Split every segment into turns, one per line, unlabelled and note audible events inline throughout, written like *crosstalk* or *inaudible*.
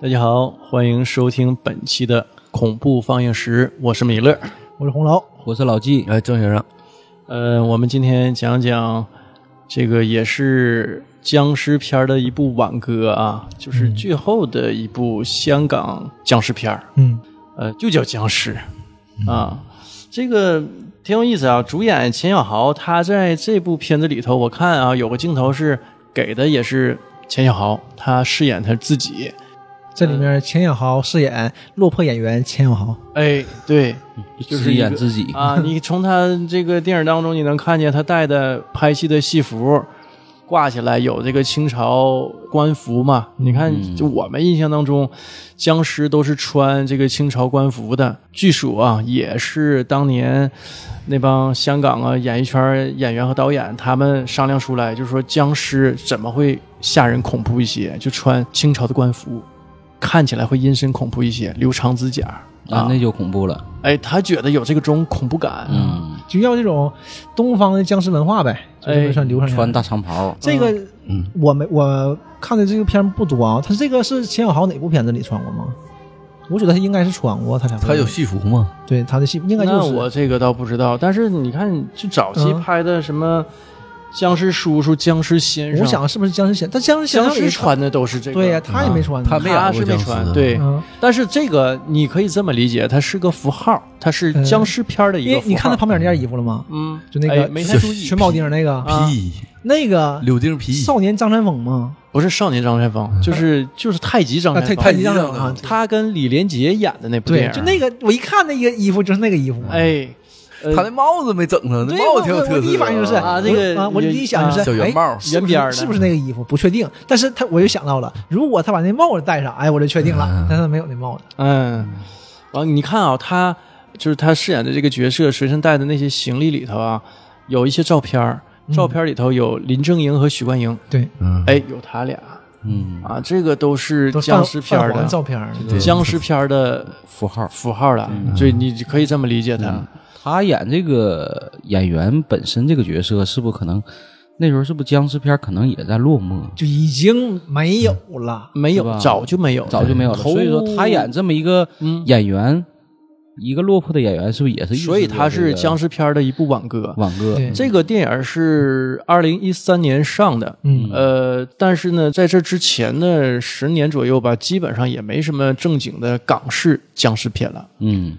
大家好，欢迎收听本期的恐怖放映室，我是米勒。
我是红楼，
我是老纪，
哎，郑先生，
呃，我们今天讲讲这个也是僵尸片儿的一部挽歌啊，就是最后的一部香港僵尸片儿。
嗯，
呃，就叫僵尸啊，这个挺有意思啊。主演秦小豪，他在这部片子里头，我看啊有个镜头是给的也是秦小豪，他饰演他自己。
这里面钱小豪饰演落魄演员钱小豪，
哎，对
就
就是
是
一个
演自 *laughs* 己，
啊，你从他这个电影当中，你能看见他带的拍戏的戏服。挂起来有这个清朝官服嘛？你看，就我们印象当中，僵尸都是穿这个清朝官服的。据说啊，也是当年那帮香港啊演艺圈演员和导演他们商量出来，就是说僵尸怎么会吓人恐怖一些，就穿清朝的官服，看起来会阴森恐怖一些，留长指甲
啊，那就恐怖了。
哎，他觉得有这个种恐怖感，
嗯，
就要这种东方的僵尸文化呗，就
哎
这么算流上
穿大长袍，
这个，
嗯
我没我看的这个片儿不多啊，他这个是钱小豪哪部片子里穿过吗？我觉得他应该是穿过，他才会
他有戏服吗？
对他的戏应该就
那
是
我这个倒不知道，但是你看，就早期
嗯
拍的什么僵尸叔叔、僵尸先生，
我想是不是僵尸先，他僵尸先
僵
生
尸
也
穿的都是这个，嗯
对呀，他也没穿呢，
他没演
他
过
是没
僵尸
穿，
的
对。
嗯，
但是这个你可以这么理解，它是个符号，它是
嗯
僵尸片的一
因
个
为
符号。
你看他旁边那件衣服了吗？
嗯，
就那
哎
个
没太注意，
全铆钉那个
啊
皮衣
那个
柳丁皮衣，
嗯
少年张三丰吗？
不是少年张三
嗯
丰，就是就是太极张
啊，
三
太
丰，
太
极
极张三丰啊，
他跟李连杰演的那部电影，
对，就那个我一看那个衣服就是那个衣服，
哎，呃
他那帽子没整上，那
对
帽子挺有
我
特色
我
的。
第一反应就是
啊这个啊
我我第一想就是
小圆帽
哎是不是
圆边儿的
是不是那个衣服？不确定，但是他我就想到了，如果他把那帽子戴上，哎，我就确定了，但是他没有那帽子。
嗯，完你看啊，他就是他饰演的这个角色随身带的那些行李里头啊，有一些照片儿
嗯
照片儿里头有林正英和许冠英，
对，
嗯，
哎，有他俩
嗯，
啊，这个都是
都是
僵尸片儿
泛黄
的
照片儿
对
僵尸片儿的
符号。
符号了，
嗯
所以你可以这么理解他。
他演这个演员本身这个角色，是不是可能那时候是不是僵尸片可能也在落寞，
就已经没有了。
没
是
有，
吧
早就没有了，
早就没有
哎
了。
头
所以说他演这么一个
嗯
演员，一个落魄的演员，是不是也是预示着
所以他是僵
尸
尸片儿的一部挽歌。
挽歌？
对
嗯这个电影是二零一三年上的，
嗯
呃，但是呢，在这之前的十年左右吧，基本上也没什么正经的港式僵尸片了。
嗯，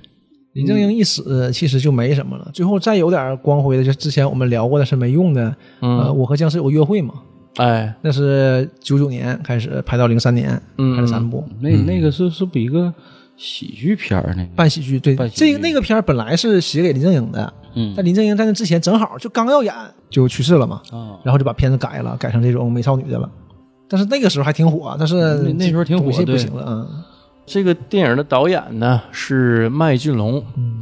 林正英一死，其实就没什么了。最后再有点光辉的，就是之前我们聊过的是没用的。
嗯
呃，我和僵尸有个约会嘛，
哎，
那是九九年开始拍到零三年，
嗯
拍了三部。
那
嗯
那个是是不是一个喜剧片儿那个？
半喜剧，对，
半喜剧
这个那个片儿本来是写给林正英的，
嗯
但林正英在那之前正好就刚要演就去世了嘛，
啊
然后就把片子改了，改成这种美少女的了。但是那个时候还挺火，啊但是
那那时候挺火
东西不
对
行了啊。
这个电影的导演呢是麦浚龙。
嗯，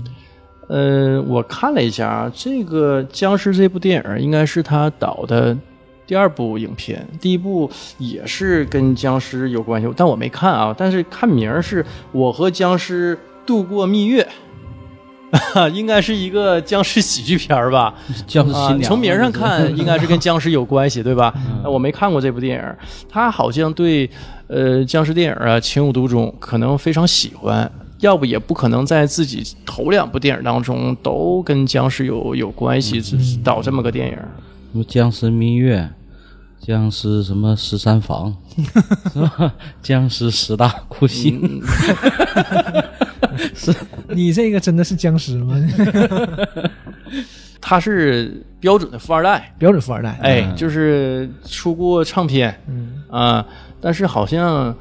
呃，我看了一下啊，这个《僵尸》这部电影应该是他导的第二部影片，第一部也是跟僵尸有关系，但我没看啊。但是看名儿是我和僵尸度过蜜月， *laughs* 应该是一个僵尸喜剧片儿吧？
僵尸
啊
新娘，
从名儿上看，应该是跟僵尸有关系，对吧？那我没看过这部电影，他好像对呃僵尸电影啊情有独钟，可能非常喜欢，要不也不可能在自己头两部电影当中都跟僵尸有有关系，只是导这么个电影。
什么僵尸蜜月，僵尸什么十三房， *laughs* 是吧？僵尸十大酷刑，
你这个真的是僵尸
*laughs*
吗？
他是标准的富二代，
标准富二代，
哎，就是出过唱片，
嗯，
啊，但是好像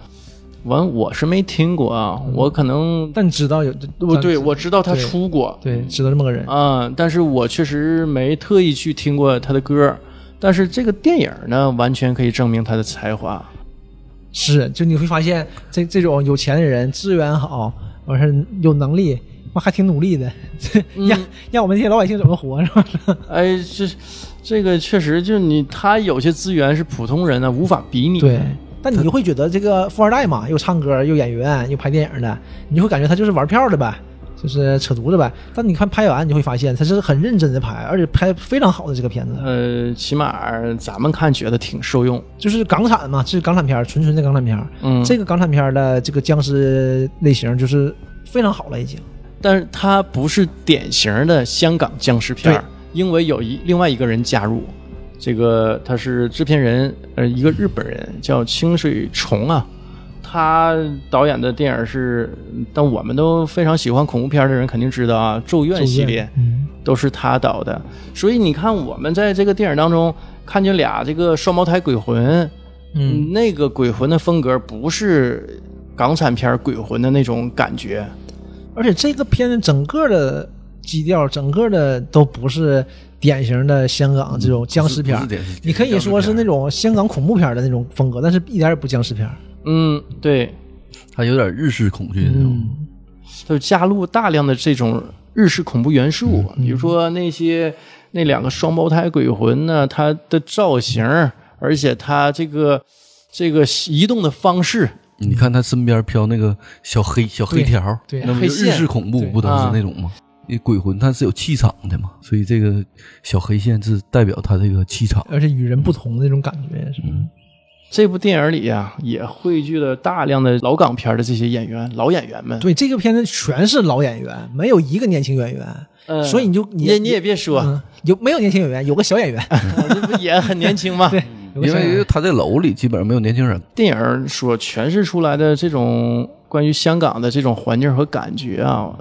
完我是没听过啊，我可能。
但知道有
我对，我知道他
对
出过，
对知道这么个人，
啊、但是我确实没特意去听过他的歌，但是这个电影呢，完全可以证明他的才华。
是就你会发现这这种有钱的人资源好，完事儿有能力，妈还挺努力的， *laughs* 这
嗯
让让我们这些老百姓怎么活是吧？
哎，这这个确实就你他有些资源是普通人呢无法比拟。
对，，但你会觉得这个富二代嘛，又唱歌又演员又拍电影的，你会感觉他就是玩票的呗，就是扯犊子呗。但你看拍完，你就会发现他是很认真的拍，而且拍得非常好的这个片子，
呃，起码咱们看觉得挺受用。
就是港产嘛，这是港产片儿，纯纯的港产片儿。
嗯，
这个港产片儿的这个僵尸类型就是非常好了，已经。
但是它不是典型的香港僵尸片儿，因为有一另外一个人加入，这个他是制片人，呃，一个日本人叫清水崇啊，他导演的电影是，但我们都非常喜欢恐怖片的人肯定知道啊，《咒怨》系列
嗯，
都是他导的，所以你看我们在这个电影当中看见俩这个双胞胎鬼魂，
嗯，
那个鬼魂的风格不是港产片儿鬼魂的那种感觉，
而且这个片子整个的基调，整个的都不是典型的香港这种僵尸片儿
不是不是典型
你可以说是那种香港恐怖片儿的那种风格，但是一点儿也不僵尸片儿。
嗯，对。
他有点日式恐惧那种。
嗯，
就是加入大量的这种日式恐怖元素，比如说那些那两个双胞胎鬼魂呢，它的造型，而且它这个这个移动的方式，
你看他身边飘那个小黑小黑条儿，
对对
那不就
黑线
日式恐怖
对啊
不都是那种吗？那鬼魂他是有气场的嘛，所以这个小黑线是代表他这个气场。
而且与人不同的那种感觉，是吧？
嗯
这部电影里啊，也汇聚了大量的老港片的这些演员、老演员们。
对，这个片子全是老演员，没有一个年轻演员，
嗯
所以你就
你
你
也你也别说， *laughs*
嗯有没有年轻演员？有个小演员，
这不也很年轻吗？
对，有个
嗯因
小演
为
员。
他在楼里基本上没有年轻人，
电影所诠释出来的这种关于香港的这种环境和感觉啊，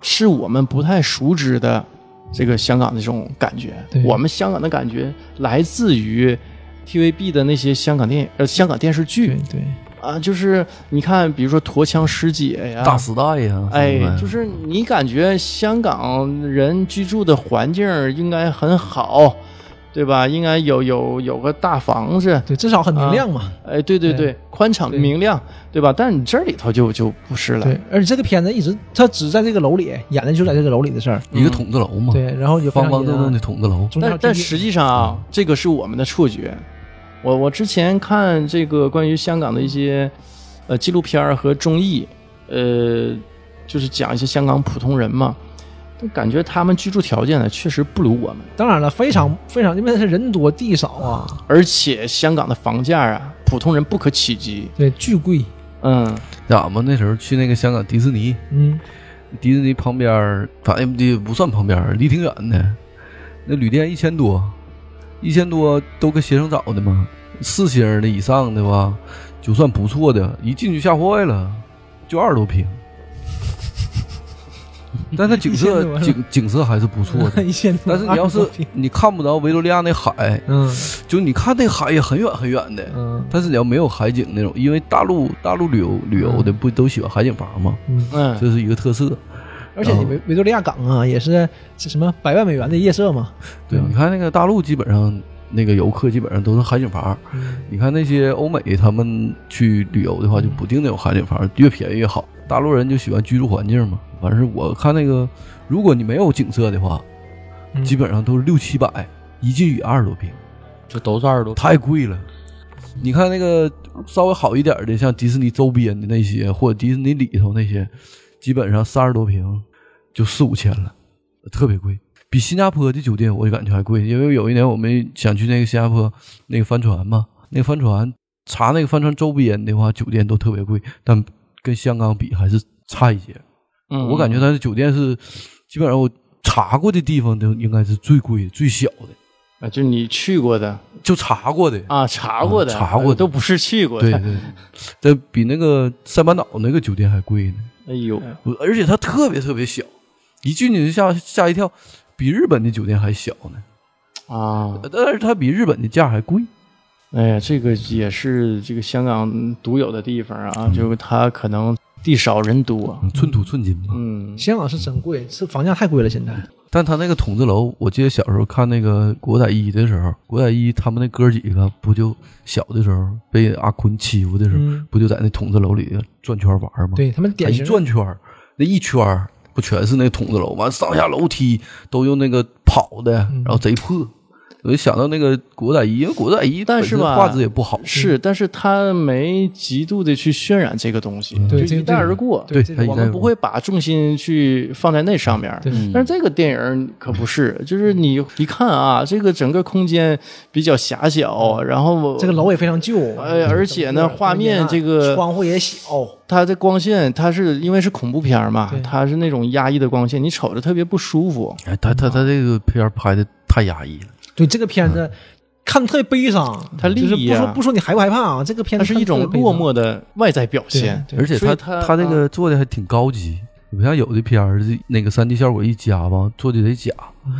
是我们不太熟知的这个香港的这种感觉
对。
我们香港的感觉来自于 TVB 的那些香港电影呃香港电视
对
剧
对，
啊，就是你看，比如说《驼枪师姐》呀，
嗯
大时代呀，
哎
啊
什么，的
就是你感觉香港人居住的环境应该很好，对吧？应该有有有个大房子，
对，至少很明亮嘛。
哎，对对对，宽敞
对
明亮，对吧？但你这里头就就不是
嗯
了
对。，而且这个片子一直他只在这个楼里演的，就在这个楼里的事儿。
一个筒子楼嘛，
对，然后就非
哦
常
方
啊
方
阴
正
暗
正的筒子楼。
中间嗯
但
有
但
地
实际上啊，这个是我们的错觉。我我之前看这个关于香港的一些呃纪录片儿和综艺，呃，就是讲一些香港普通人嘛，就感觉他们居住条件呢确实不如我们，
当然了，非常非常，因为它是人多地少啊，
而且香港的房价啊，普通人不可企及。
对，巨贵。
嗯，
咱们那时候去那个香港迪士尼，
嗯，
迪士尼旁边儿，反正也不算旁边儿，离挺远的。那旅店一千多，一千多都跟携程找的嘛。四星儿的以上的吧，就算不错的，一进去吓坏了，就二十
*laughs*
多平。但它景
一千多
色
是吧
景景色还是不错
*laughs*
的。
一千多。
但是你要是你看不着维多利亚那海，
嗯
就你看那海也很远很远的，
嗯
但是你要没有海景那种，因为大陆大陆旅游旅游的不都喜欢海景房吗？
嗯，
嗯，
这是一个特色。
而且维维多利亚港啊，也是这什么百万美元的夜色嘛。
对，你看那个大陆基本上那个游客基本上都是海景房，
嗯
你看那些欧美他们去旅游的话，就不定那种海景房，越便宜越好。大陆人就喜欢居住环境嘛，反正是我看那个，如果你没有景色的话，
嗯
基本上都是六七百，一进去二十多平，
就都是二十多。
太贵了。你看那个稍微好一点的，像迪士尼周边的那些，或者迪士尼里头那些，基本上三十多平就四五千了，特别贵，比新加坡的酒店我就感觉还贵。因为有一年我们想去那个新加坡那个帆船嘛，那个帆船查那个帆船周边的话，酒店都特别贵，但跟香港比还是差一些。
嗯
我感觉它的酒店是基本上我查过的地方都应该是最贵、最小的，
啊，就你去过的
就查过的
啊，查过的，
嗯查过的
都不是去过的。
对对，这比那个塞班岛那个酒店还贵呢，
哎呦，
我而且它特别特别小，一进去就吓吓一跳，比日本的酒店还小呢，呃
啊，
但是它比日本的价还贵。
哎呀，这个也是这个香港独有的地方啊，
嗯
就是它可能地少人多。
嗯寸土寸金嘛，
嗯，
香港是真贵，是房价太贵了，现在。
但他那个筒子楼，我记得小时候看那个国仔一的时候，国仔一他们那哥几个不就小的时候被阿坤欺负的时候，
嗯
不就在那筒子楼里转圈玩吗？
对他们典
一
型
转圈儿，那一圈
嗯
儿不全是那筒子楼吗？完上下楼梯都用那个跑的，然后贼破，我就想到那个国仔衣，因为国仔衣
但
本
是
身
吧
画质也不好，
是，但是他没极度的去渲染这个东西，
嗯对
就
这
一带而过。
对
这
它一
我
代
们不会把重心去放在那上面。
对
但是这个电影可不是，就是你一看啊，这个整个空间比较狭小，然后
嗯这个楼也非常旧，
呃，而且呢，画面这个
啊窗户也小，
它的光线，它是因为是恐怖片儿嘛
对，
它是那种压抑的光线，你瞅着特别不舒服。
哎，
嗯
他他他这个片儿拍的太压抑了，
对这个片子
嗯
看得特别悲伤，
它利
就是
益
不
啊
说不说你害不害怕啊，这个片
它
子
是一种落寞的外在表现。
对
而且
所
他
以它
他这嗯个做的还挺高级，你不像有的片儿那个三 D 效果一加吧，做的得假，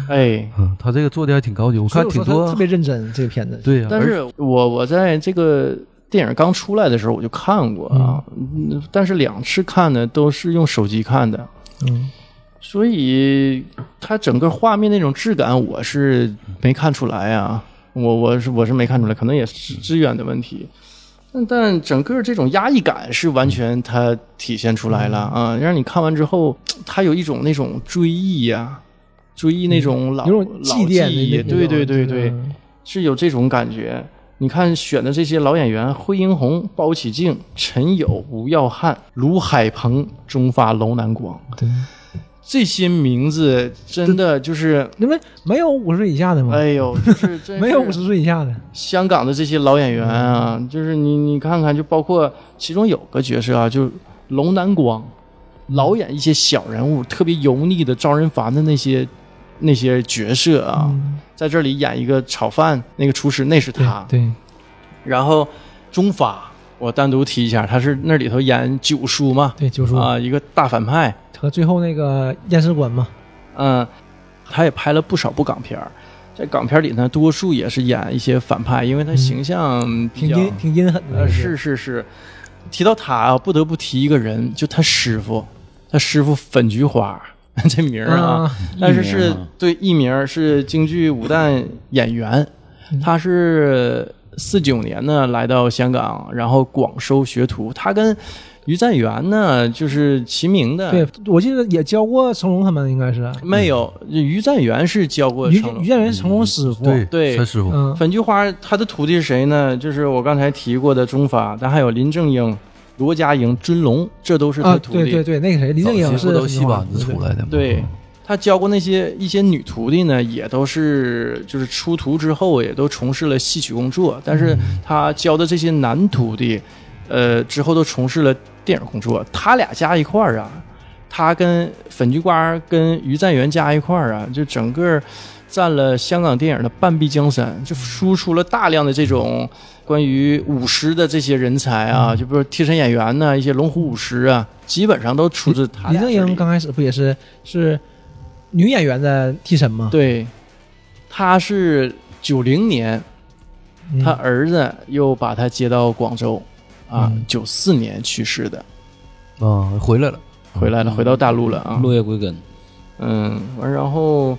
哎，
嗯，他这个做的还挺高级，我
看
看挺
特
多，
别认真这个片子，
对呀、
但
而
是我我在这个电影刚出来的时候我就看过啊，嗯但是两次看呢都是用手机看的，
嗯，
所以它整个画面那种质感我是没看出来啊，我我是我是没看出来，可能也是资源的问题。但但整个这种压抑感是完全它体现出来了
嗯
啊，让你看完之后，它有一种那种追忆呀、追忆那种老、
嗯有种
老
祭
记忆，
奠的那种
对对对对，
嗯
是有这种感觉。你看选的这些老演员：惠英红、包启静、陈友、吴耀汉、卢海鹏、中发楼南光，
对，
这些名字真的就是，
因为没有五十岁以下的嘛，
哎呦，就是
*laughs*
真
嗯没有嗯五
是
十岁以下的，
香港的这些老演员啊，就是你你看看，就包括其中有个角色啊，就龙南光，老演一些小人物，特别油腻的、招人烦的那些那些角色啊，在这里演一个炒饭那个厨师，那是
对
他。
嗯对，
然后中法，我单独提一下，他是那里头演九叔嘛，
对，九叔
啊、一个大反派，
和最后那个验尸官嘛，
嗯，他也拍了不少部港片儿。在港片里呢，多数也是演一些反派，因为他形象比
挺
较，
阴挺阴狠的那
呃，
个，
是是是。提到他啊，不得不提一个人，就他师傅，他师傅粉菊花 *laughs* 这名儿啊，
啊，
但是
艺名
是
啊
对艺名儿是京剧武旦演员，他是四九年呢来到香港，然后广收学徒。他跟于占元呢就是齐名的，
啊对，我记得也教过成龙他们，应该是
没有于占元是教过
于
成龙
于。建元是成龙师傅，
对
对
陈师傅，
嗯，
粉菊花他的徒弟是谁呢？就是我刚才提过的中法，但还有林正英、罗家英、尊龙，这都是他
啊，
徒弟。
对对对，那个谁，林正英
早期
是
不都戏班子
对
出来的吗？嗯
对他教过那些一些女徒弟呢，也都是就是出徒之后也都从事了戏曲工作，但是他教的这些男徒弟，呃，之后都从事了电影工作。他俩加一块儿啊，他跟粉菊瓜跟于占元加一块儿啊，就整个占了香港电影的半壁江山，就输出了大量的这种关于舞狮的这些人才啊，就比如替身演员呐、一些龙虎舞狮啊，基本上都出自他
林
俩
正
这里
英刚开始不也是是女演员的替身
*laughs*
吗？
对，他是九零年，
嗯，
他儿子又把他接到广州，啊
嗯，
九四年去世的，
啊，回来了，
嗯
回来了，回到大陆了啊。
落叶归根。
嗯，完然后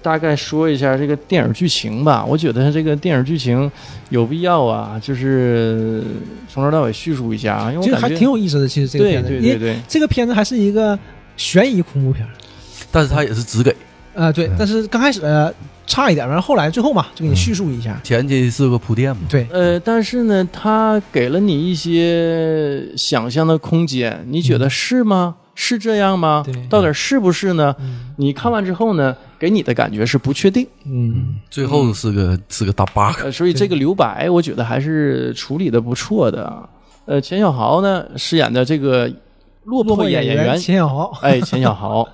大概说一下这个电影剧情吧。我觉得这个电影剧情有必要啊，就是从头到尾叙述一下啊，因为
这
我
个
感觉
还挺有意思的。其实这个
对
片子，
对
因
对
为
对，
这个片子还是一个悬疑恐怖片儿
但是他也是只给
啊，对。但是刚开始呃差一点，完了后来最后嘛，就
嗯
给你叙述一下，
前期是个铺垫嘛，
对，
呃，但是呢，它给了你一些想象的空间，你觉得是吗？是这样吗
嗯对？
到底是不是呢？
嗯
你看完之后呢，给你的感觉是不确定。
嗯，
最后是个是个大 bug，
呃，所以这个留白，我觉得还是处理的不错的。呃，钱小豪呢饰演的这个落
落
魄
寞
演
演
员，
钱小豪，
哎，钱小豪，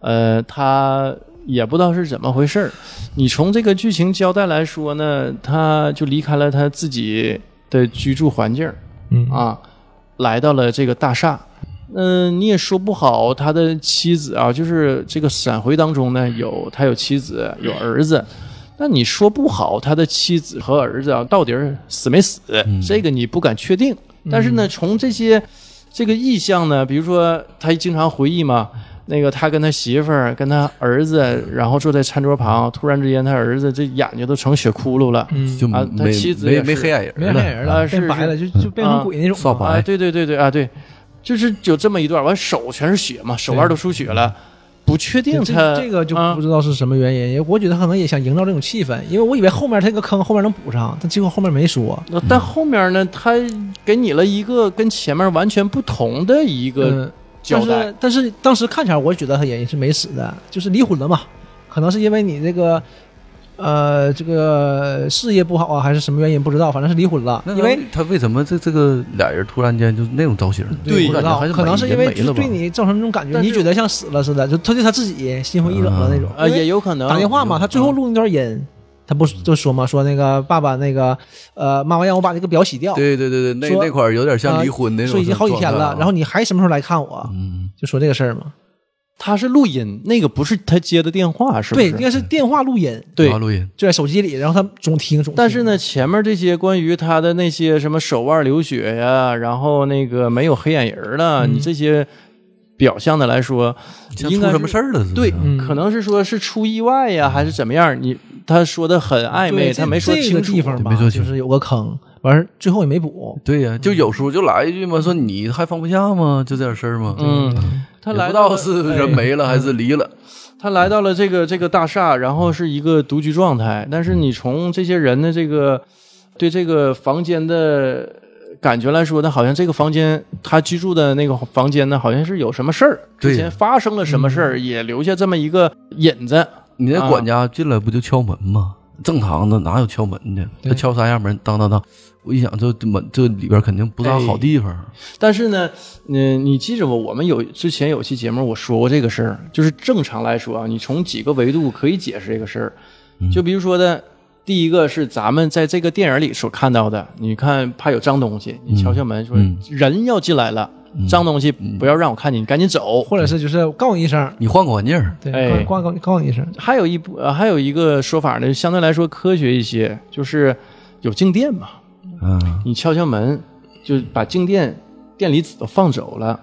呃，他也不知道是怎么回事儿。你从这个剧情交代来说呢，他就离开了他自己的居住环境儿，
嗯
啊，来到了这个大厦。嗯、你也说不好他的妻子啊，就是这个闪回当中呢，有他有妻子有儿子，但你说不好他的妻子和儿子啊，到底是死没死，这个你不敢确定。
嗯
但是呢，从这些这个意象呢，比如说他经常回忆嘛，那个他跟他媳妇儿、跟他儿子，然后坐在餐桌旁，突然之间他儿子这眼睛都成血窟窿了。
嗯，
就
啊他
没
妻子
没
也
没
是
黑眼仁
没
了
啥人
啊
了，
是
变白了，哎就是就变成
啊
鬼那种
扫
嘛
把
啊，对对对对啊，对，就是有这么一段，完手全是血嘛，手腕都出血了，不确定
这
他
这个就
啊
不知道是什么原因，也我觉得他可能也想营造这种气氛，因为我以为后面他这个坑后面能补上，但结果后面没说。
那但后面呢，他给你了一个跟前面完全不同的一个
嗯，
交代。
但是但是当时看起来，我觉得他也是没死的，就是离婚了嘛，可能是因为你这个。呃，这个事业不好啊，还是什么原因不知道，反正是离婚了。因为
他为什么这这个俩人突然间就是那种造型？
对
不
我
知
感觉
道
还，
可能是因为
没了吧
对？你造成这种感觉，
但是
你觉得像死了似的，就他对他自己心灰意冷了那种。
啊，
因为
也有可能
打电话嘛，他最
哦
后录那段音，他不
嗯
是就说嘛，说那个爸爸那个呃，妈妈让我把这个表洗掉，
对对对对，那
说
那块儿有点像
啊
离婚那种，
说已经好几天了，然后你还什么时候来看我？
嗯，
就说这个事儿嘛。
他是录音，那个不是他接的电话，是不
对，
是？
应该是电话录音，
对
马路音，
就在手机里，然后他总听总听。
但是呢，前面这些关于他的那些什么手腕流血呀、然后那个没有黑眼仁儿
嗯
了，你这些表象的来说，
像
应
出
该
什么
是
事儿了似的？
对，
嗯
可能是说是出意外呀，还是怎么样？你他说的很暧昧，
对
他没说
这
清
个
楚。
地方吧，
没说清
就
楚
是有个坑，完事儿最后也没补。
对呀，就有时候就来一句嘛，说你还放不下吗？就这点事儿吗？，
嗯，他
也
来
不知
到
道是人
哎
没了还是离了，
他来到了这个这个大厦，然后是一个独居状态。但是你从这些人的这个对这个房间的感觉来说，他好像这个房间他居住的那个房间呢，好像是有什么事儿，
对
之前发生了什么事儿，也留下这么一个引子。
你那管
啊
家进来不就敲门吗？正常的哪有敲门的？他敲三下门，当当当！我一想，这门这里边肯定不大好地方。
但是呢，嗯、你记着吧，我们有之前有期节目我说过这个事儿，就是正常来说啊，你从几个维度可以解释这个事儿，就比如说呢。第一个是咱们在这个电影里所看到的，你看怕有脏东西，你敲敲门说、
嗯
人要进来了，脏东西不要让我看见，你赶紧走。
或者是就是告诉你一声，
你换个环境儿，
哎
对，告告告告诉你一声，
还有一部、呃还有一个说法呢，相对来说科学一些，就是有静电嘛，
嗯，
你敲敲门，就把静电电离子都放走了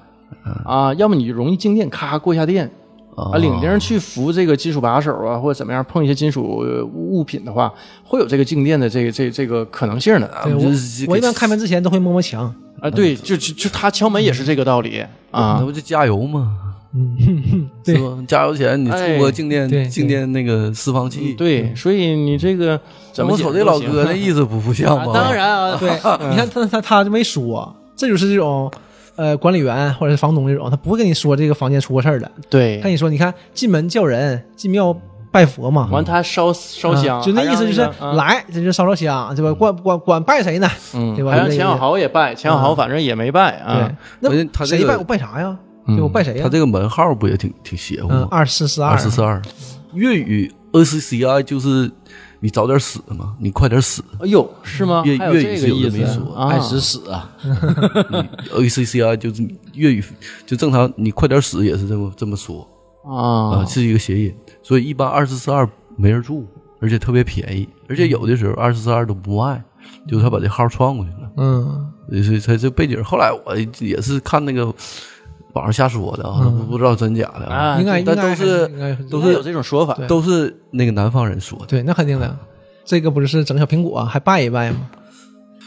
啊，要么你容易静电，咔过一下电啊，领
啊
铃去扶这个金属把手啊，或者怎么样碰一些金属呃物物品的话，会有这个静电的这个这这个可能性的
对
我
我
们就是
我一般开门之前都会摸摸墙，
啊。对，就就就他敲门也是这个道理
那
啊。
不就加油吗？
嗯，
是
对
吧？加油前你出
哎嗯
个静
对
电静电那个释放器。，
对，所以你这个怎么
我
解
瞅
释
这
都
老
行
哥那意思不不像
啊
吧？
当，然啊，
*laughs* 对，你看他他他就没说，这就是这种呃管理员或者是房东这种，他不会跟你说这个房间出过事儿的，他跟
对，
你说，你看进门叫人，进庙拜佛嘛，
完他烧烧
啊
香，
就那意思就是
还让那个啊
来，这就烧烧香，对吧？管管管拜谁呢？
嗯
对吧
还让
那个
钱小豪也拜，钱小豪反正也没拜啊
对。，那
而且他这
谁
个嗯
拜我拜啥呀？对我拜谁
他
呀？
这个门号不也挺挺邪乎
嗯，
吗？
二四四二，
二四四二，粤语 A C C I 就是你早点死嘛，你快点死。
哎呦，是吗？
粤
还有
粤
这
语
个
是有
意
这么一
思
说
啊，
爱死死啊！
A C C I 就是粤语，就正常你快点死也是这么这么说
哦
啊、
啊，
是一个谐音。所以一般二四四二没人住，而且特别便宜，而且有的时候二四四二都不卖，就是他把这号串过去了，
嗯，
所以他这背景。后来我也是看那个网上瞎说的啊，
嗯
不不知道真假的
啊
应该
但都是
应该应该
都
应该
是
有这种说法。啊
都是那个南方人说的。
对，那肯定的，这个不是整个小苹果还拜一拜吗？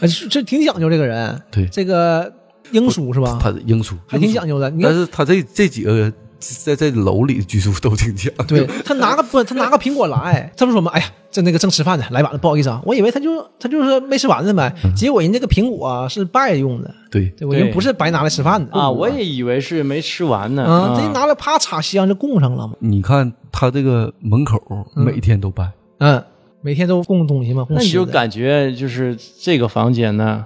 啊，这这挺讲究这个人，
对
这个英叔是吧？
他是英叔，
还挺讲究的，啊你看
但是他这这几个在在楼里居住都挺讲究，
对他拿个不，他拿个苹果来，他不说吗？哎呀，这那个正吃饭呢，来晚了，不好意思啊。我以为他就他就是没吃完呢呗，结果人这个苹果啊是拜用的，
对
对我人
嗯对
不是白拿来吃饭的
啊，嗯我也以为是没吃完呢。
啊，这一拿来啪插香就供上了嘛。
你看他这个门口每天都拜，
嗯，每天都供东西嘛，供
那你
吃
就
的。
感觉就是这个房间呢，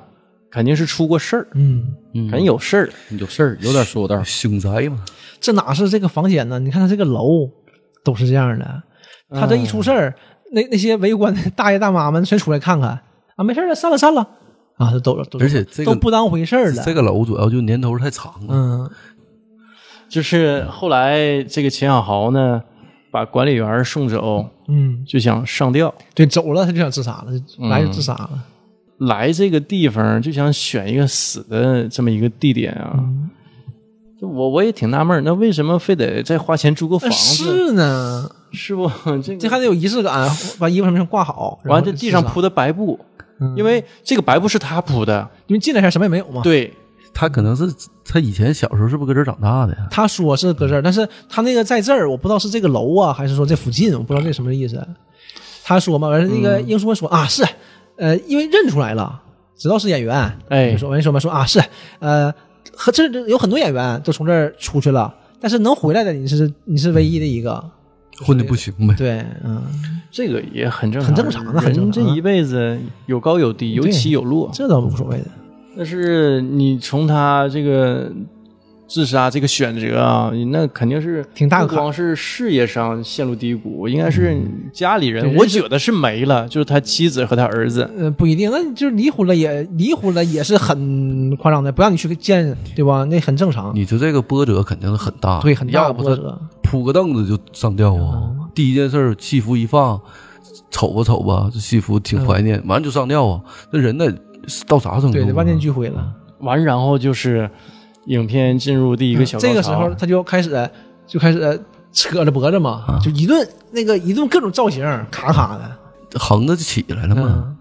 肯定是出过事儿，
嗯，
肯定有事儿。
有事儿，有点说道。
凶宅嘛，
这哪是这个房间呢？你看他这个楼都是这样的，他这一出事
嗯
儿，那那些围观的大爷大妈们全出来看看啊，没事儿了，散了散了啊，都都都
而且这个
都不当回事儿了
这。个楼主要就年头太长了，
嗯，
就是后来这个秦小豪呢，把管理员送走，
嗯，
就想上吊，
对，走了他就想自杀了，
嗯
就来就自杀了。
来这个地方就想选一个死的这么一个地点啊。就我我也挺纳闷儿，那为什么非得再花钱租个房
但
子？
是呢，
是不？这
这
个
还得有仪式感，把衣服什么上挂好，然
完
后
了，这地上铺的白布，
嗯
因为这个白布是他铺的，
因为进来前什么也没有嘛。，
对，
他可能是他以前小时候是不是搁这儿长大的呀？
他说是搁这儿，但是他那个在这儿，我不知道是这个楼啊，还是说这附近，我不知道这什么意思。他说嘛，完事那个英叔说啊是，呃，因为认出来了，知道是演员，
哎
就说完说嘛说啊是，呃，和这这有很多演员都从这儿出去了，但是能回来的你是你是唯一的一个，
混的不行呗。
对，嗯，
这个也很正常，
很正常的很正
人
常
这
的
一辈子有高有低，有
对
起有落，
这倒无所谓的，
但是你从他这个自杀这个选择啊，那肯定是
挺大个
不
坎儿
光是事业上陷入低谷，应该是家里人
对，
我
人
觉得是没了，就是他妻子和他儿子。
呃，不一定，那就是离婚了也离婚了也是很夸张的，不让你去见，对吧？那很正常，
你就这个波折肯定是很大，
对，很嗯大
要
的
不
波
他
折，
铺个凳子就上吊啊！第一件事儿，戏服一放，瞅吧瞅吧，这戏服挺怀念，完了就上吊啊！这人得到啥程度、
嗯对
啊？
得万念俱灰了。
完，然后就是影片进入第一个小高潮，
嗯这个时候他就开始就开始扯着脖子嘛，
啊
就一顿那个一顿各种造型，咔咔的。
横着就起来了
嗯
嗯
嘛。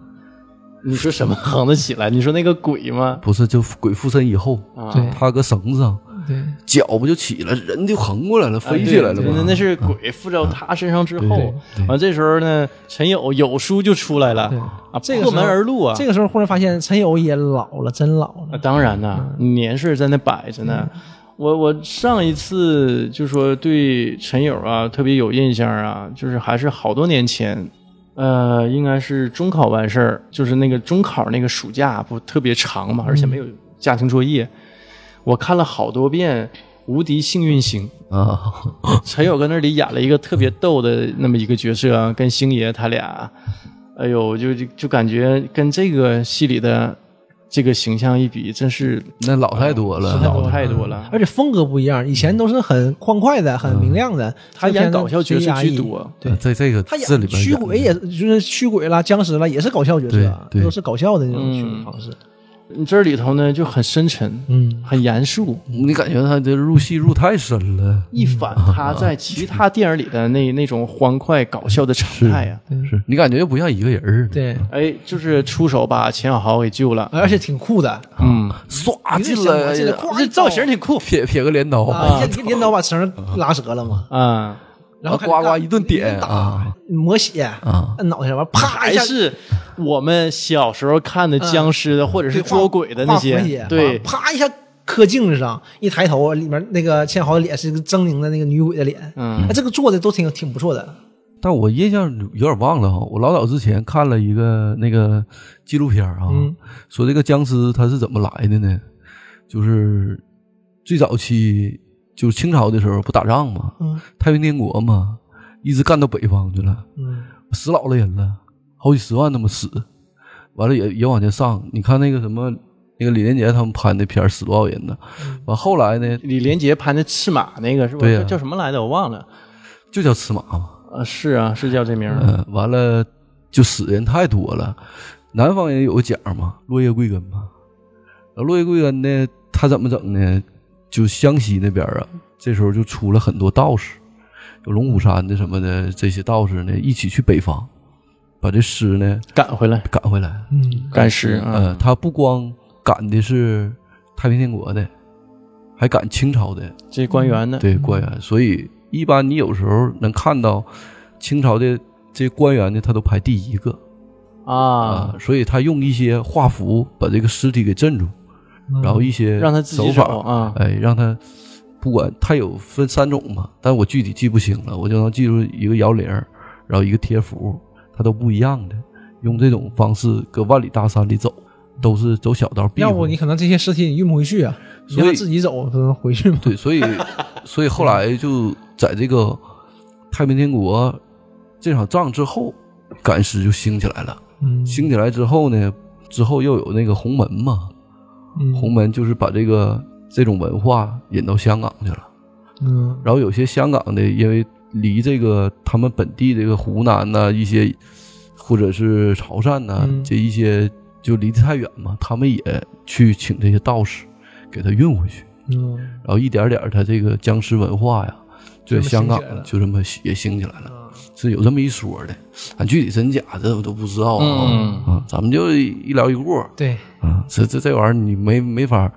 你说什么 *laughs* 横得起来？你说那个鬼吗？
不是，就鬼附身以后，
啊，
对
他搁绳子上，
对，
脚不就起来，人就横过来了，
啊
飞起来了
哎
对
嘛。啊
那那是鬼附到他身上之
对
后，
对
完这时候呢，陈友有叔就出来了
对
啊，
这个
破
时候
门而入啊，
这个时候忽然发现陈友也老了，真老
啊，
了。
当然
嗯
呐，年事儿在那摆着呢。我我上一次就说对陈友啊特别有印象啊，就是还是好多年前，呃，应该是中考完事儿，就是那个中考那个暑假不特别长嘛，而
嗯
且没有家庭作业，我看了好多遍《无敌幸运星》。
啊，
陈友跟那里演了一个特别逗的那么一个角色啊，跟星爷他俩，哎呦，就就就感觉跟这个戏里的这个形象一比，真是
那老太多了，
老太多了。
而且风格不一样，以前都是很欢快的、很明亮的。
嗯他
这
演
片子
搞笑角
贼
色
压抑
居，多，
对
这这个
他
这
演
里边
驱鬼
演
也就是驱鬼啦、僵尸啦，也是搞笑角色，啊
对对
都是搞笑的那种
嗯
驱鬼方式。
你这里头呢就很深沉，
嗯，
很严肃，
你感觉他这入戏入太深了，
一反他在其他电影里的
嗯
那那种欢快搞笑的常态啊。
是你感觉又不像一个人儿，
对，
哎，就是出手把钱小豪给救了，
而且挺酷的，
嗯，
唰进
一
来
个小
啊
孩进来咵，
这造型挺酷
撇撇个镰刀，
啊，一镰刀把绳拉折了嘛，
啊，
然后开始
呱
干
呱一顿点啊
抹血啊，摁脑袋上，完啪
还
一下
是我们小时候看的僵尸的或者是
嗯对
捉鬼的那
画符
些
血，
对，
啪啪一下磕镜子上，一抬头里面那个千豪的脸是一个狰狞的那个女鬼的脸，
嗯
哎，这个做的都挺挺不错的，
但我印象有点忘了哈，我老早之前看了一个那个纪录片啊，
嗯
说这个僵尸它是怎么来的呢？就是最早期就是清朝的时候不打仗嘛，
嗯
太平天国嘛，一直干到北方去了，
嗯，
死老了人了，好几十万那么死，完了也也往前上。你看那个什么，那个李连杰他们拍那片儿死多少人呢？完后来呢，
李连杰攀着赤马那个是吧？
对呀
叫叫什么来着？我忘了。
就叫吃马嘛。
啊，是啊，是叫这名儿。
嗯，完了就死人太多了。南方人有个讲嘛，落叶归根嘛。然后落叶归根呢，他怎么整呢？就湘西那边啊，这时候就出了很多道士，有龙虎山的什么的，这些道士呢一起去北方，把这尸呢
赶回来，
赶回来。
赶尸啊
呃，，他不光赶的是太平天国的，还赶清朝的，
这官员呢？
嗯对官员。所以一般你有时候能看到清朝的这官员呢，他都排第一个。
啊
啊，，所以他用一些画符把这个尸体给镇住，然后一些
嗯让他自己
手
找
法，
啊。
哎，让他不管他有分三种嘛，但我具体记不清了，我就能记住一个摇铃儿，然后一个贴符，它都不一样的，用这种方式搁万里大山里走，都是走小道避
要不
讳
你。可能这些尸体你运不回去啊，你
所以
让自己走不能回去吗？
对，
*laughs*
所以所以后来就在这个太平天国这场仗之后，赶尸就兴起来了。
嗯，
兴起来之后呢，之后又有那个洪门嘛，
嗯
洪，门就是把这个这种文化引到香港去了。
嗯
然后有些香港的，因为离这个他们本地这个湖南呐、一些或者是潮汕呐、
嗯
这一些就离得太远嘛，他们也去请这些道士给他运回去，
嗯，
然后一点点儿他这个僵尸文化呀，
这
在
么
香港
兴起来了嗯
就这么也兴起来了，是有这么一说的。俺具体真假这我都不知道啊，
嗯
啊咱们就一聊一过。
对，
啊，这这这玩意儿你没没法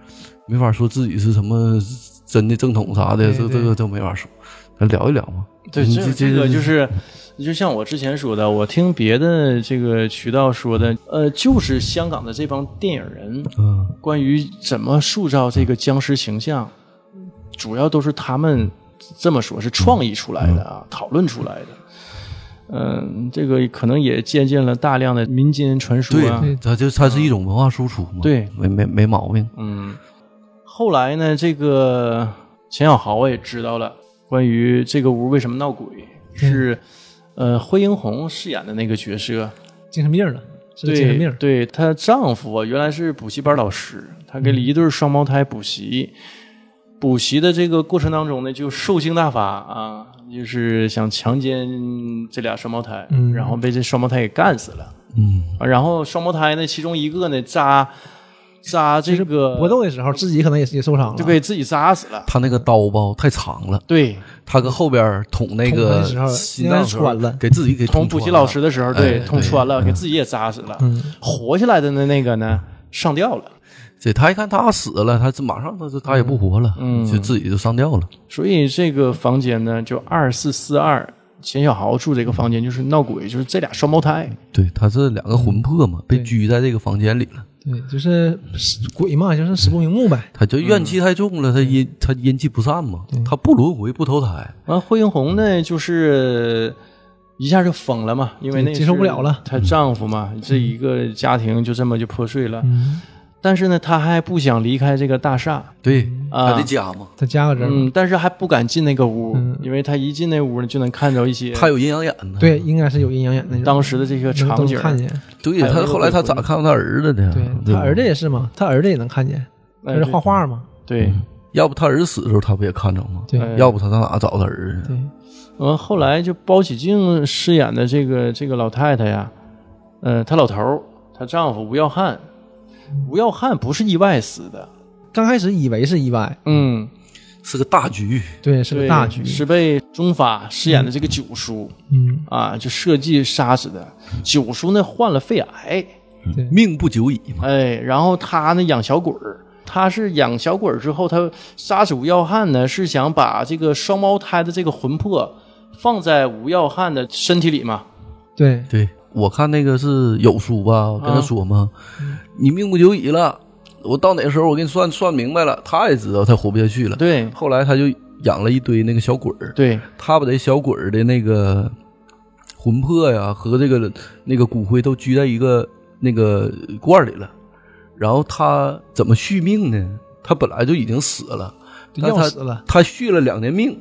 没法说自己是什么真的正统啥的，
对
这
对
这个都没法说。咱聊一聊嘛，
对，这
嗯这
这个
这
就是，就像我之前说的，我听别的这个渠道说的，呃，就是香港的这帮电影人
嗯，
关于怎么塑造这个僵尸形象，主要都是他们这么说，是创意出来的啊，讨论出来的。嗯，这个可能也借鉴了大量的民间传说啊。
对，它就它是一种文化输出嘛，
对
没没没毛病。
嗯，后来呢，这个钱小豪我也知道了，关于这个屋为什么闹鬼，
嗯
是呃惠英红饰演的那个角色，
精神病了，是个精
对
神病，
对，她丈夫啊原来是补习班老师，他给一对双胞胎补习，补习的这个过程当中呢，就兽性大发啊，就是想强奸这俩双胞胎，
嗯
然后被这双胞胎给干死了。
嗯，
啊然后双胞胎呢，其中一个呢扎扎这个
搏斗的时候自己可能也也受伤了，
就给自己扎死了。
他那个刀吧太长了，
对，
他搁后边捅那
捅他
个
的时候
心脏的时候
应该是穿了嗯
给自己给
捅
捅
补习
穿了
老师的时候，对，
哎
捅
对
穿了，给自己也扎死了。活下来的那那个呢，上吊了。
对他一看他死了，他这马上他他也不活了，
嗯
就自己就上吊了。
所以这个房间呢，就二四四二，钱小豪住这个房间就是闹鬼，就是这俩双胞胎。
对，他是两个魂魄嘛，被
对
拘在这个房间里了。
对，就是鬼嘛，就是死不瞑目呗。
他就怨
嗯
气太重了，他阴他阴气不散嘛，他不轮回不投胎，
完，惠英红呢，就是一下就疯了嘛，因为那
接受不了了，
她丈夫嘛，这一个家庭就这么就破碎了。
嗯，
但是呢，她还不想离开这个大厦，
对，
啊
他的家嘛，
他加个人，
嗯，但是还不敢进那个屋，
嗯
因为她一进那屋呢，就能看着一些
他有阴阳眼呢。
对，应该是有阴阳眼那种，
当时的这个场
能能
景。
看见。
对，
还有那
他
个
后来他咋看到他儿子的？
对
嗯对
他
吧
儿子也是嘛，他儿子也能看见，
哎
他是画画嘛，
对，
要不他儿子死的时候他不也看着吗？
对
哎
要不他上哪找他儿子？
对，
完后来就包起静饰演的这个这个老太太呀，呃，她老头儿，她丈夫吴耀汉，吴耀汉不是意外死的，
刚开始以为是意外，
嗯，
是个大局，
对，是
对
个大局，
是被钟法饰演的这个九叔、
嗯，
啊，就设计杀死的。九叔呢患了肺癌，
对，
命不久矣嘛。
哎，然后他呢养小鬼儿。他是养小鬼儿之后，他杀死吴耀汉呢，是想把这个双胞胎的这个魂魄放在吴耀汉的身体里嘛？
对，
对，我看那个是有书吧，我跟他说嘛，
啊
你命不久矣了，我到哪时候我给你算算明白了。他也知道他活不下去了，
对
后来他就养了一堆那个小鬼儿，
对，
他把这小鬼儿的那个魂魄呀和这个那个骨灰都拘在一个那个罐儿里了。然后他怎么续命呢？他本来就已经死了，
就
但
要
他
死了，
他续了两年命，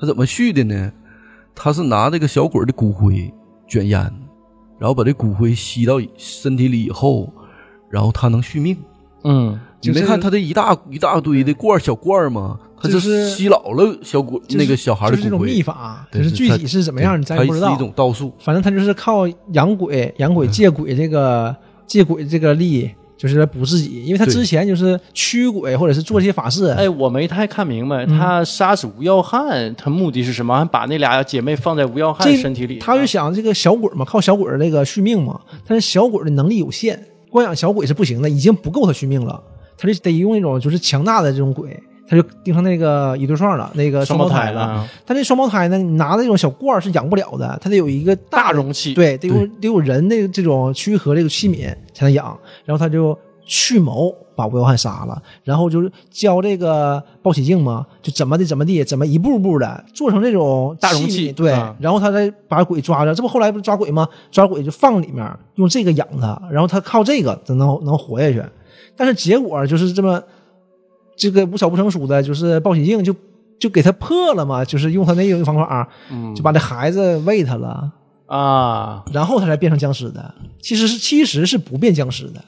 他怎么续的呢？他是拿这个小鬼儿的骨灰卷烟，然后把这骨灰吸到身体里以后，然后他能续命。
嗯，
你
就
没
是
看他这一大一大堆的罐儿小罐儿吗？他
就
这
是
吸老了小鬼
就是
那个小孩
就
的
是这
骨
种秘
灰，
法，
对
可是
对
具
他
体是怎么样，咱
它
也不知
是一
道。
种道术。
反正他就是靠养鬼、养
嗯
鬼、借鬼这个借鬼这个力，就是来补自己，因为他
对
之前就是驱鬼或者是做一些法事，
哎，我没太看明白，
嗯
他杀死吴耀汉，他目的是什么？还把那俩姐妹放在吴耀汉
这
身体里呢，啊
他就想这个小鬼嘛，靠小鬼儿那个续命嘛，但是小鬼儿的能力有限，光养小鬼是不行的，已经不够他续命了，他就得用一种就是强大的这种鬼，他就盯上那个一对双了，那个
双
双
胞
胞
胎啊
胎
了
了。他这双胞胎呢，你拿那种小罐儿是养不了的，他得有一个
大
大的
容器，，
对，得有得有人的这种躯壳这个器皿才能养。然后他就蓄谋把吴耀汉杀了，然后就是教这个鲍喜静嘛，就怎么的怎么地，怎么一步步的做成这种
大容
器皿
器
对，
啊
然后他再把鬼抓着，这不后来不是抓鬼吗？抓鬼就放里面，用这个养他，然后他靠这个才能能活下去。但是结果就是这么，这个无巧不成书的，就是鲍喜静就就给他破了嘛，就是用他那种方法，
嗯
就把这孩子喂他了。
啊
然后他才变成僵尸的。其实是其实是不变僵尸的，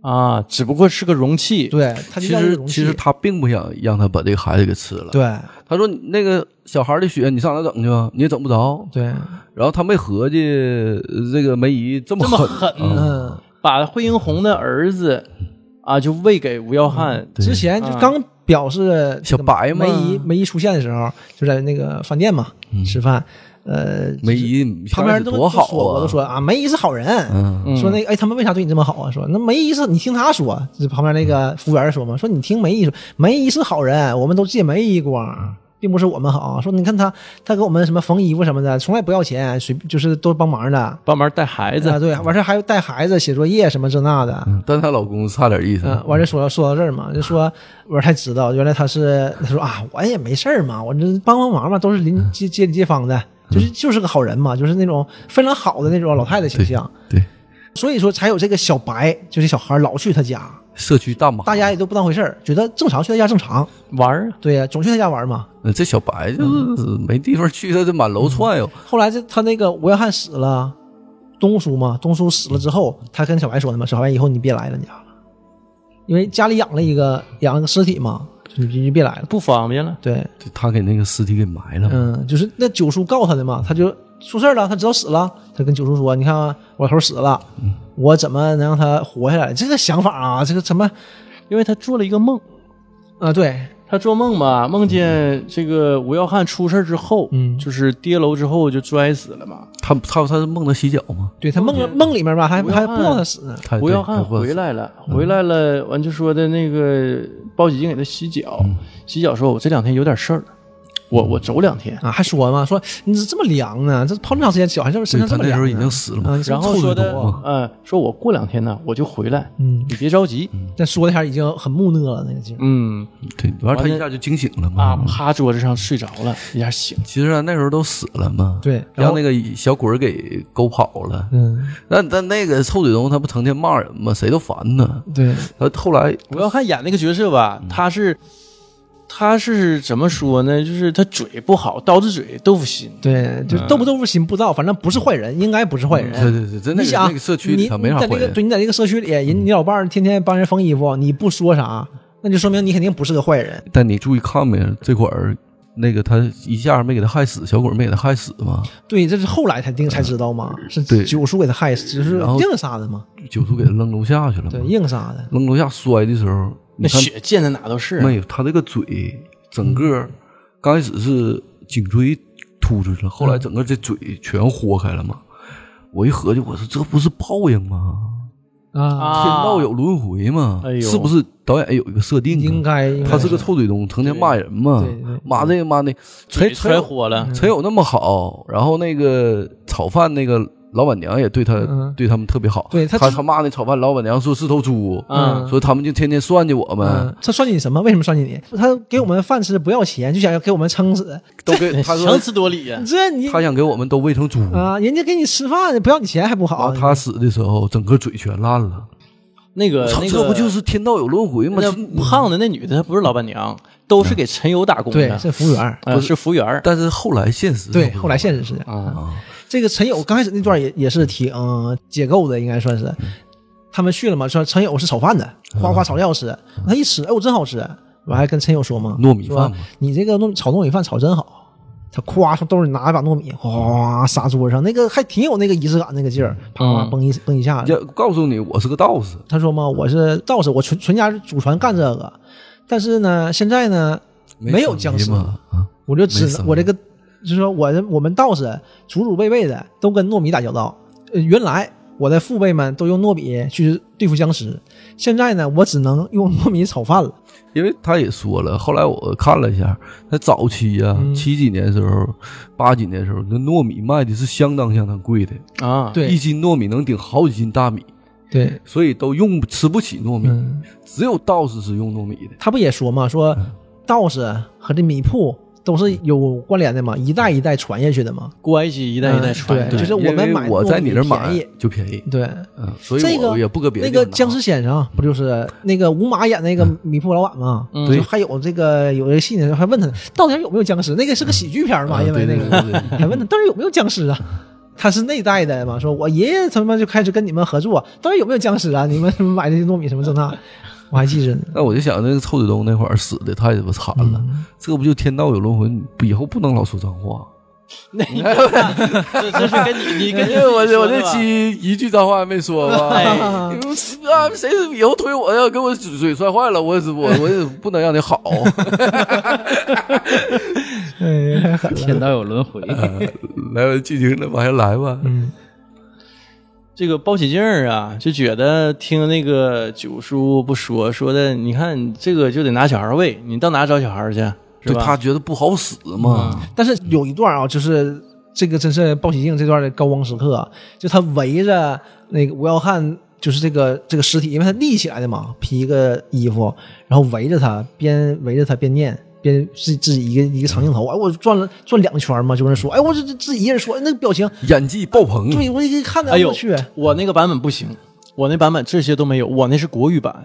啊，只不过是个容器，
对，他
其
就像一个
实
容器
其实他并不想让他把这个孩子给吃了。
对
他说：“那个小孩的血你上哪整去啊？你也整不着。
对，”
然后他没合计呃这个梅姨这么
这么
狠
狠，
啊
嗯，
把惠英红的儿子啊就喂给吴耀汉，
对
之前就刚表示
小白嘛嗯
梅姨梅姨出现的时候，就在那个饭店嘛吃饭，呃，
梅姨
旁边人都
多好
都说
啊，
我都说啊，梅姨是好人。
嗯，
说那个哎，他们为啥对你这么好啊？说那梅姨是你听她说，这旁边那
嗯
个服务员说嘛，说你听梅姨说，梅姨是好人，我们都借梅姨光，并不是我们好。啊说你看她，她给我们什么缝衣服什么的，从来不要钱，随就是都帮忙的。啊，
帮忙带孩子，
对，完事儿还带孩子写作业什么这那的。
嗯但她老公差点意思。
嗯，完事儿说说到这儿嘛，就说我才知道，原来她是她说啊，我也没事儿嘛，我这帮帮忙嘛，都是邻街街里街坊的，就是就是个好人嘛，就是那种非常好的那种老太太形象。
对，
所以说才有这个小白，就是小孩儿老去他家，
社区大妈，
大家也都不当回事儿，觉得正常去他家正常。
玩儿啊，
对呀、总去他家玩嘛。
嗯这小白就是
嗯
没地方去，他就满楼窜悠。
后来这他那个吴耀汉死了，东叔嘛，东叔死了之后，他跟小白说的嘛，小白以后你别来咱家了，因为家里养了一个养了个尸体嘛，就你就别来了。
不方便了。
对，
就他给那个尸体给埋了，
嗯，就是那九叔告他的嘛，他就出事儿了，他知道死了，他跟九叔说：“你看啊我老头死了，
嗯
我怎么能让他活下来？”这个想法啊，这个什么啊、
因为他做了一个梦，
对，
他做梦嘛，梦见这个吴耀汉出事儿之后，
嗯
就是跌楼之后就摔死了嘛。
他他他是梦到洗脚吗？
对他梦梦里面吧，还
吴耀
还
汉
不知道他死呢。
他
吴耀汉回，
对
来了，回来了，完就说的那个包喜静给他洗脚，洗脚说：“我这两天有点事儿，我我走两天。”
啊，还说嘛，说你怎么这么凉呢？这泡那么长时间脚，还这么身
对
上
他
这么
那时
凉
候
呢？
已经死了嘛
啊，你是
然
不是
后
臭
说
的
的
多啊，
嗯，说我过两天呢，我就回来，
嗯，
你别着急。
但说的还是已经很木讷了，那个劲儿。
嗯
对，完了他
完了
一下就惊醒了
啊，
嘛。
趴桌子上睡着了，一下醒。
其实啊，那时候都死了嘛，
对然
让
后
那个小鬼儿给勾跑了。
嗯，
但但那个臭嘴东他不成天骂人吗？谁都烦他。
对，
他后来
吴耀汉演那个角色吧，他是他是怎么说呢？就是他嘴不好，刀子嘴豆腐心。
对，就豆不豆腐心不知道，反正不是坏人，应该不是坏人。
嗯对对对，在那
你
个
想
那个社区里
你
头没啥
你在
坏
那个
人，
对你在这个社区里，哎人你老伴儿天天帮人缝衣服，你不说啥，那就说明你肯定不是个坏人。
但你注意看没，这会儿那个他一下没给他害死，小鬼儿没给他害死嘛，
对，这是后来才定才知道嘛，是
嗯对
九叔给他害死，就是
然后
硬杀的嘛，
九叔给他扔楼下去了
对，
嘛，
硬杀的。
扔楼下摔的时候，你
那
看
血溅的哪都是。
没有他这个嘴整个刚开始是颈椎突出去了，后来整个这嘴全豁开了嘛。我一合计，我说这不是报应吗？
啊，
啊
天道有轮回嘛？
哎呦
是不是导演有一个设定啊？
应该应该
他是个臭嘴东，成天骂人嘛
对对，
骂这个骂那，
嘴
才才
摔
有
火了，
才有那么好。然后那个炒饭那个老板娘也对他
嗯
对他们特别好，
对
他
他
他骂那炒饭老板娘说是头猪，
嗯
说他们就天天算计我们
嗯，，他算计你什么？为什么算计你？他给我们饭吃不要钱，就想要给我们撑死。
都给他说
强词夺理呀。
这你
他想给我们都喂成猪，
啊、人家给你吃饭不要你钱还不
然
好
后？他死的时候，整个嘴全烂了。
那个
操
呃那
这
个
不就是天道有轮回吗？
那
是
胖的那女的，她不是老板娘，都是给陈友打工
对
的，，
这服务员儿。
呃是服务员儿。
但是后来现实
对，后来现实是这样。
啊，
这个陈友刚开始那段也也是挺、呃解构的，应该算是。他们去了嘛，说陈友是炒饭的，哗哗炒料吃。他一吃，哎呦真好吃！我还跟陈友说嘛，
糯米饭
说
嘛
你这个糯炒糯米饭炒真好。他夸从兜里拿一把糯米，哗哗哗撒桌上，那个还挺有那个仪式感那个劲儿，啪啪
嗯
嘣一嘣一下子。
要告诉你，我是个道士，
他说嘛，我是道士，我全全家祖传干这个，但是呢，现在呢，没有僵尸
没嘛啊，
我就只
没什么
能我这个，就是说我这我们道士祖祖辈辈的都跟糯米打交道。呃，原来我的父辈们都用糯米去对付僵尸，现在呢，我只能用糯米炒饭了。
因为他也说了，后来我看了一下，他早期呀、
嗯
七几年时候、八几年时候，那糯米卖的是相当相当贵的，
啊，
对
一斤糯米能顶好几斤大米，
对，
所以都用吃不起糯米，
嗯，
只有道士是用糯米的。
他不也说嘛，说
嗯
道士和这米铺都是有关联的嘛，一代一代传下去的嘛。
关系一代一代传
嗯
递
对就是我
因为
们买
我在你这儿
糯米
买
便宜
就便宜，
对，
嗯，所以
这个
我也不搁别的啊嗯
那
地方
个
拿
僵尸先生不就是那个吴马演那个米铺老板嘛？
嗯
就还有这个有个戏呢，还问他到底有没有僵尸？那个是个喜剧片嘛，
啊
因为那
对
个
对对对对
还问他到底有没有僵尸啊？他是那一代的嘛，说我爷爷他妈就开始跟你们合作，到底有没有僵尸啊？你们什么买的糯米什么这那，我还记着呢。
*laughs* 那我就想，那个臭嘴嗯 *laughs* 东那会儿死的太他妈惨了，这不就天道有轮回？你以后不能老说脏话，
那个这这是跟你你跟你自己
我这我这
说的吧
期一句脏话也没说吧？
哎
啊，谁以后推我要给我嘴嘴摔坏了，我我我也不能让你好。
哎，太狠了。
天道有轮回，
*laughs* 来，剧情往下来吧。
嗯，
这个包起劲儿啊，就觉得听那个九叔不说说的，你看这个就得拿小孩喂，你到哪找小孩去？啊是
对
吧？
他觉得不好使嘛，
但是有一段啊，就是这个真是鲍喜静这段的高光时刻啊，就他围着呃那个吴耀汉，就是这个这个尸体，因为他立起来的嘛，披一个衣服，然后围着他，边围着他边念。边自自己一个一个长镜头，哎，我转了转两圈嘛，就跟人说，哎，我这这自己一人说，哎那个表情，
演技爆棚。
对我一个看的，
哎呦
我去，啊
我那个版本不行，我那版本这些都没有，我那是国语版。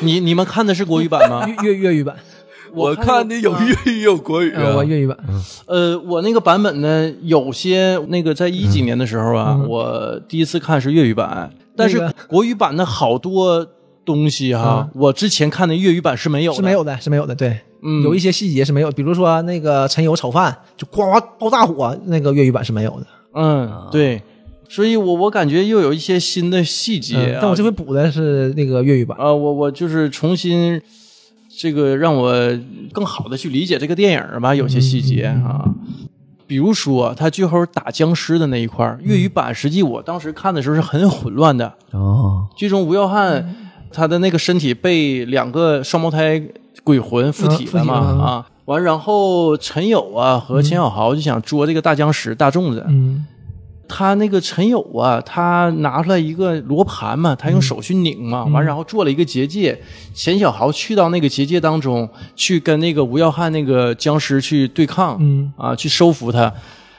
你你们看的是国语版吗？
粤粤语版，
我看嗯的有粤语也有国语啊
我。粤语版，
呃，我那个版本呢，有些那个在一几年的时候啊，我第一次看是粤语版，但是
嗯那个啊
国语版的好多东西哈、我之前看的粤语版是没有的，
是没嗯有的，是没有的，对，
嗯
有一些细节是没有，比如说那个陈友炒饭就呱呱爆大火，那个粤语版是没有的。
嗯，对，所以我我感觉又有一些新的细节、
嗯
啊
但我这回补的是那个粤语版，
啊、我我就是重新这个让我更好的去理解这个电影
嗯
吧，有些细节啊。比如说，啊他最后打僵尸的那一块儿粤语版实际我当时看的时候是很混乱的。
哦，
最终吴耀汉
嗯
他的那个身体被两个双胞胎鬼魂附体了嘛、
嗯附体了
啊，完然后陈友啊和钱小豪就想捉这个大僵尸大粽子，
嗯
他那个陈友啊，他拿出来一个罗盘
嗯
嘛，他用手去拧嘛，完然后做了一个结界。钱小豪去到那个结界当中去跟那个吴耀汉那个僵尸去对抗，
嗯
啊，去收服他。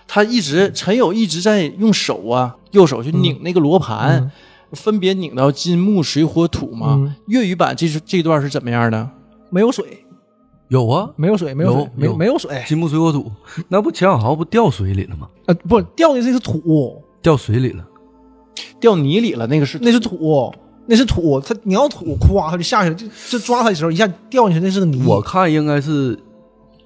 他一直陈友一直在用手啊，右手去拧那个罗盘，
嗯
分别拧到金木水火土嘛。
嗯
粤语版这是这段是怎么样的？
没有水，
有啊，
没有水，没有水
有，
没
有
没有水
金木水火土，那不钱小豪不掉水里了吗？
啊！不掉的这是土，
掉水里了，
掉泥里了，那个是
那是土，那是土。他你要土，咵他就下去了，就就抓他的时候一下掉进去，那是个泥。
我看应该是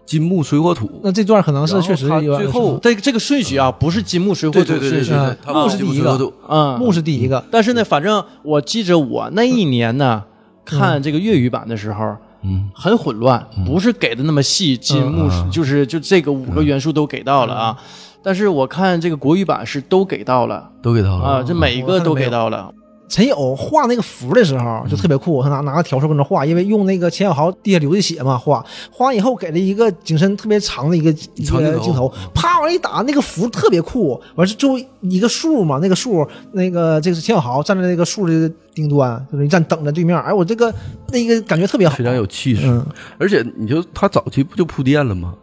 金木水火土。
那这段可能是
然后
确实
他
有点
最后
这个这个顺序啊，不是金木水火
对
土
对对
顺
对
序
对，，对他
啊木
不
是
金木
第一
水
个
火土。
嗯，嗯
木是第一个，
但是呢，反正我记着我那一年呢、看这个粤语版的时候。
嗯，
很混乱，不是给的那么细，金木、就是就这个五个元素都给到了啊。但是我看这个国语版是都给到了
都给他
啊，
了。
这每一个都给到了。
陈友画那个符的时
嗯
候就特别酷，他拿拿个笤帚跟着画，因为用那个钱小豪地下流的血嘛画，画完以后给了一个景深特别长的一个一
长镜
个
头
镜头，啪往一打，那个符特别酷，完是最后一个树嘛，那个树那个这个是钱小豪站在那个树的顶端，就是一站等着对面，哎，我这个那个感觉特别好
非，常有气势。
嗯
而且你就他早期不就铺垫了吗？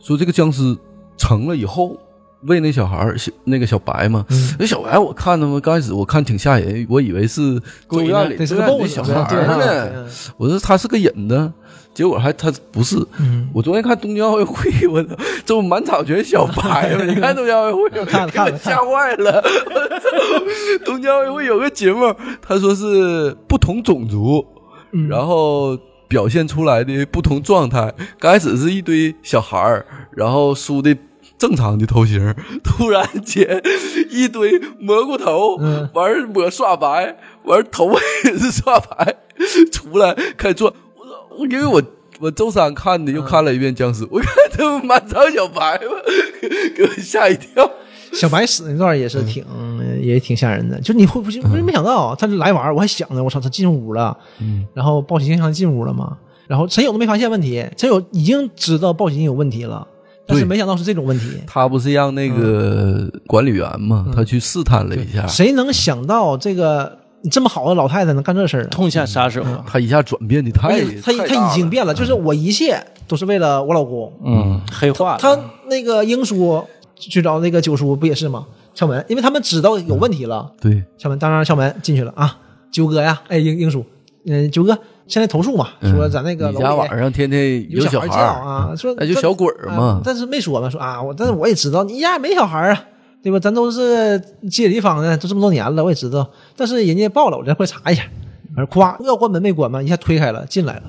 说这个僵尸成了以后，喂那小孩儿小那个小白嘛，
嗯
那小白我看他们刚开始我看挺吓人，我以为是周
鬼呢
院里
得是
周
个
院里的
BOSS
小孩儿呢，
对
我说他是个引子，结果还他不是。
嗯
我昨天看东京奥运会，我操， *laughs* 这不满场全小
*laughs*
白吗？你看东京奥运会，
看了看了
给我吓坏了。 *laughs* 我操东京奥运会有个节目，他说是不同种族，
嗯
然后表现出来的不同状态。 *laughs* 刚开始是一堆小孩儿，然后梳的正常的头型，突然间一堆蘑菇头，完儿抹刷白，完儿头发也是刷白， *laughs* 出来开始转。我说我因为我。我周三看的，又看了一遍僵尸，我看他们满场小白吧， *laughs* 给给我吓一跳。
小白死那段也
嗯
是挺、也挺吓人的，就是你会不会没想到他就来玩儿，我还想呢，我操，他进屋了，嗯，然后鲍喜静他进屋了嘛，然后陈友都没发现问题，陈友已经知道鲍喜静有问题了，但是
对
没想到是这种问题，
他不是让那个管理员嘛，他去试探了一下，
谁能想到这个这么好的老太太能干这事儿啊？
痛下杀手啊，
他一下转变的
而
太
且他
太大
他已经
了嗯
变了，就是我一切都是为了我老公，
嗯，黑化了。
他那个英叔去找那个九叔不也是吗？敲门，因为他们知道有问题了，
对，
敲门，当当敲门进去了啊，九哥呀，哎，英英叔，嗯，九哥现在投诉嘛，说咱那个
嗯你
楼
家
里
晚上天天
有
小
孩
孩
叫啊，说
那就小鬼儿
啊
嘛。
但是没说嘛，说啊，我但是我也知道你家也没小孩啊，对吧？咱都是街里坊的，都这么多年了，我也知道，但是人家报了，我再快查一下，完了咵要关门没关嘛，一下推开了，进来了，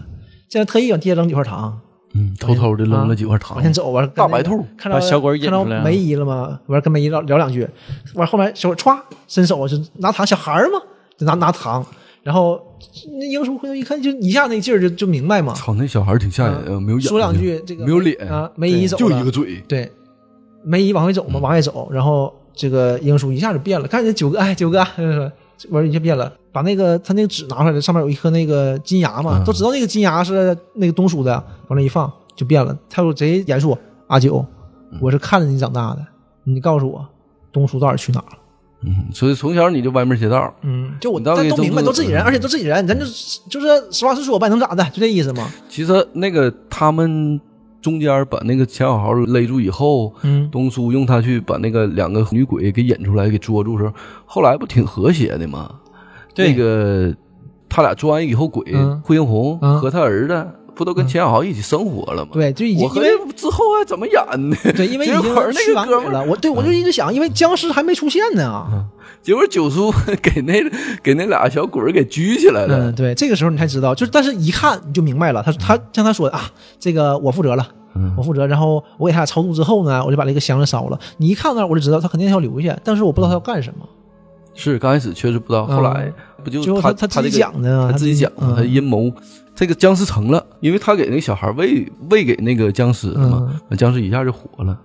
竟然特意往地下扔几块糖，
嗯，偷偷的扔了几块糖
往，前走，完了啊跟那个
哦大白兔
看到
把小鬼引
看到
出来啊
梅姨了吗？完了跟梅姨聊聊两句，完了后面小鬼歘伸手就拿糖，小孩儿嘛，就拿拿糖，然后那英叔回头一看，就一下那劲儿就就明白嘛，
操，那小孩儿挺吓人啊，没有眼睛，
嗯说两句这个
没有脸
啊，梅姨走
就
了
一个嘴，
对，梅姨往回
嗯
走嘛，往外走，然后这个英叔一下就变了，看见九哥，哎，九哥， *laughs* 嗯完了一下变了，把那个他那个纸拿出来，上面有一颗那个金牙嘛，
嗯
都知道那个金牙是那个东叔的，往那一放就变了，态度贼严肃。啊阿九，
嗯
我是看着你长大的，你告诉我东叔到底去哪儿了？
嗯，所以从小你就歪门邪道，
嗯，就我
你到底
但都
怎么
明白，
做
都自己人，而且都自己人，咱就就是实话实说呗，能咋的？就这意思嘛。
其实那个他们中间把那个钱小豪勒住以后，
嗯，
东叔用他去把那个两个女鬼给引出来，给捉住的时候，后来不挺和谐的吗？
对
那个他俩捉完以后，鬼
嗯
惠英红
嗯
和他儿子不都跟钱小豪一起生活了吗？
对，就已经
我
因
合
为
计之后还怎么演呢？
对，因为已
结
经
果那
去
个
完
哥
鬼
们
了，
儿，
我对我就一直想，因为僵尸还没出现呢。
结果九叔给那给那俩小鬼儿给拘起来了
嗯，。对，这个时候你才知道，就是但是一看你就明白了，他他像他说的啊，这个我负责了，我负责，然后我给他俩超度之后呢，我就把这个箱子烧了。你一看那儿我就知道他肯定要留下，但是我不知道他要干什么。
是刚开始确实不知道，
嗯
后来不就
最后
他
他
这
自
个
己讲的啊，
他自己讲的他
嗯
阴谋。这个僵尸成了，因为他给那个小孩喂喂给那个僵尸了嘛，
嗯
那僵尸一下就火了。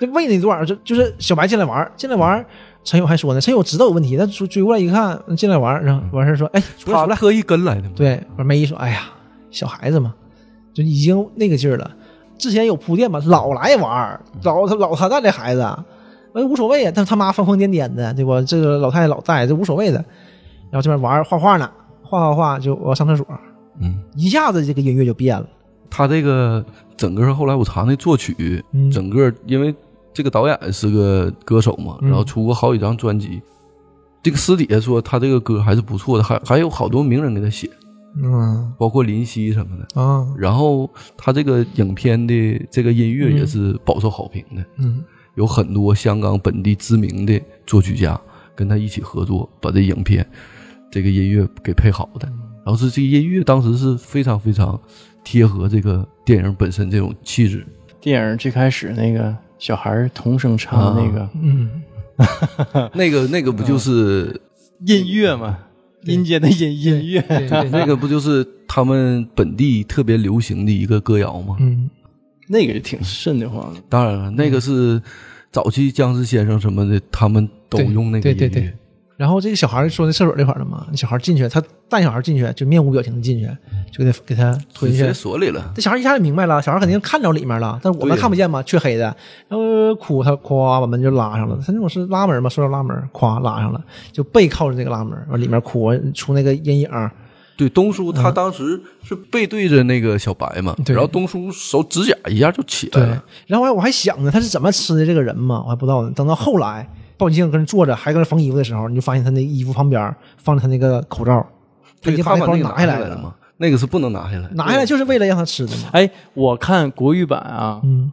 这喂那段儿就就是小白进来玩儿，进来玩儿，陈友还说呢，陈友知道有问题，他追追过来一看，进来玩儿，然后完事儿说，哎，出来
他
出来，
特意跟来的嘛，
对，完梅姨说：“哎呀，小孩子嘛，就已经那个劲儿了。之前有铺垫嘛，老来玩儿，老他老他带这孩子，哎无所谓啊。但是他妈疯疯癫癫的，对不？这个老太太老带，这无所谓的。然后这边玩儿画画呢，画画画就我要上厕所，
嗯，
一下子这个音乐就变了。
他这个整个后来我查那作曲，
嗯
整个因为这个导演是个歌手嘛，
嗯
然后出过好几张专辑。这个私底下说他这个歌还是不错的，还还有好多名人给他写，
嗯
包括林夕什么的。
啊
然后他这个影片的这个音乐也是饱受好评的，
嗯
有很多香港本地知名的作曲家跟他一起合作，把这影片这个音乐给配好的。然后是这个音乐当时是非常非常贴合这个电影本身这种气质。
电影最开始那个小孩儿童声唱的那个
*laughs* 嗯，
那个那个不就是、
音乐嘛，阴间的音音乐，
对 *laughs* 对
那个不就是他们本地特别流行的一个歌谣吗？
嗯
那个挺瘆得慌的。
当然了，那个是早期僵尸先生什么的，他们都用那个
对
音乐。
对对对然后这个小孩说那厕所这块儿了嘛，那小孩进去，他带小孩进去就面无表情的进去，就给他给他推
直
去
接，锁里了。
这小孩一下就明白了，小孩肯定看着里面了，但是我们
对
看不见嘛，黢黑的。然后哭，他夸把门就拉上了。他那种是拉门嘛，塑料拉门，夸拉上了，就背靠着那个拉门，往里面哭，出那个阴影。
对，东叔他当时是背对着那个小白嘛，
嗯对
然后东叔手指甲一下就起来
对
了，，
然后我还我还想呢，他是怎么吃的这个人嘛，我还不知道呢。等到后来，鲍金庆跟那坐着，还跟那缝衣服的时候，你就发现他那衣服旁边放着他那个口罩，他已
对
经
他
把那
把那
包
个
拿下
来
来
了
了，
嘛，那个是不能拿下来，
拿下来就是为了让他吃的嘛。
哎，我看国语版啊，
嗯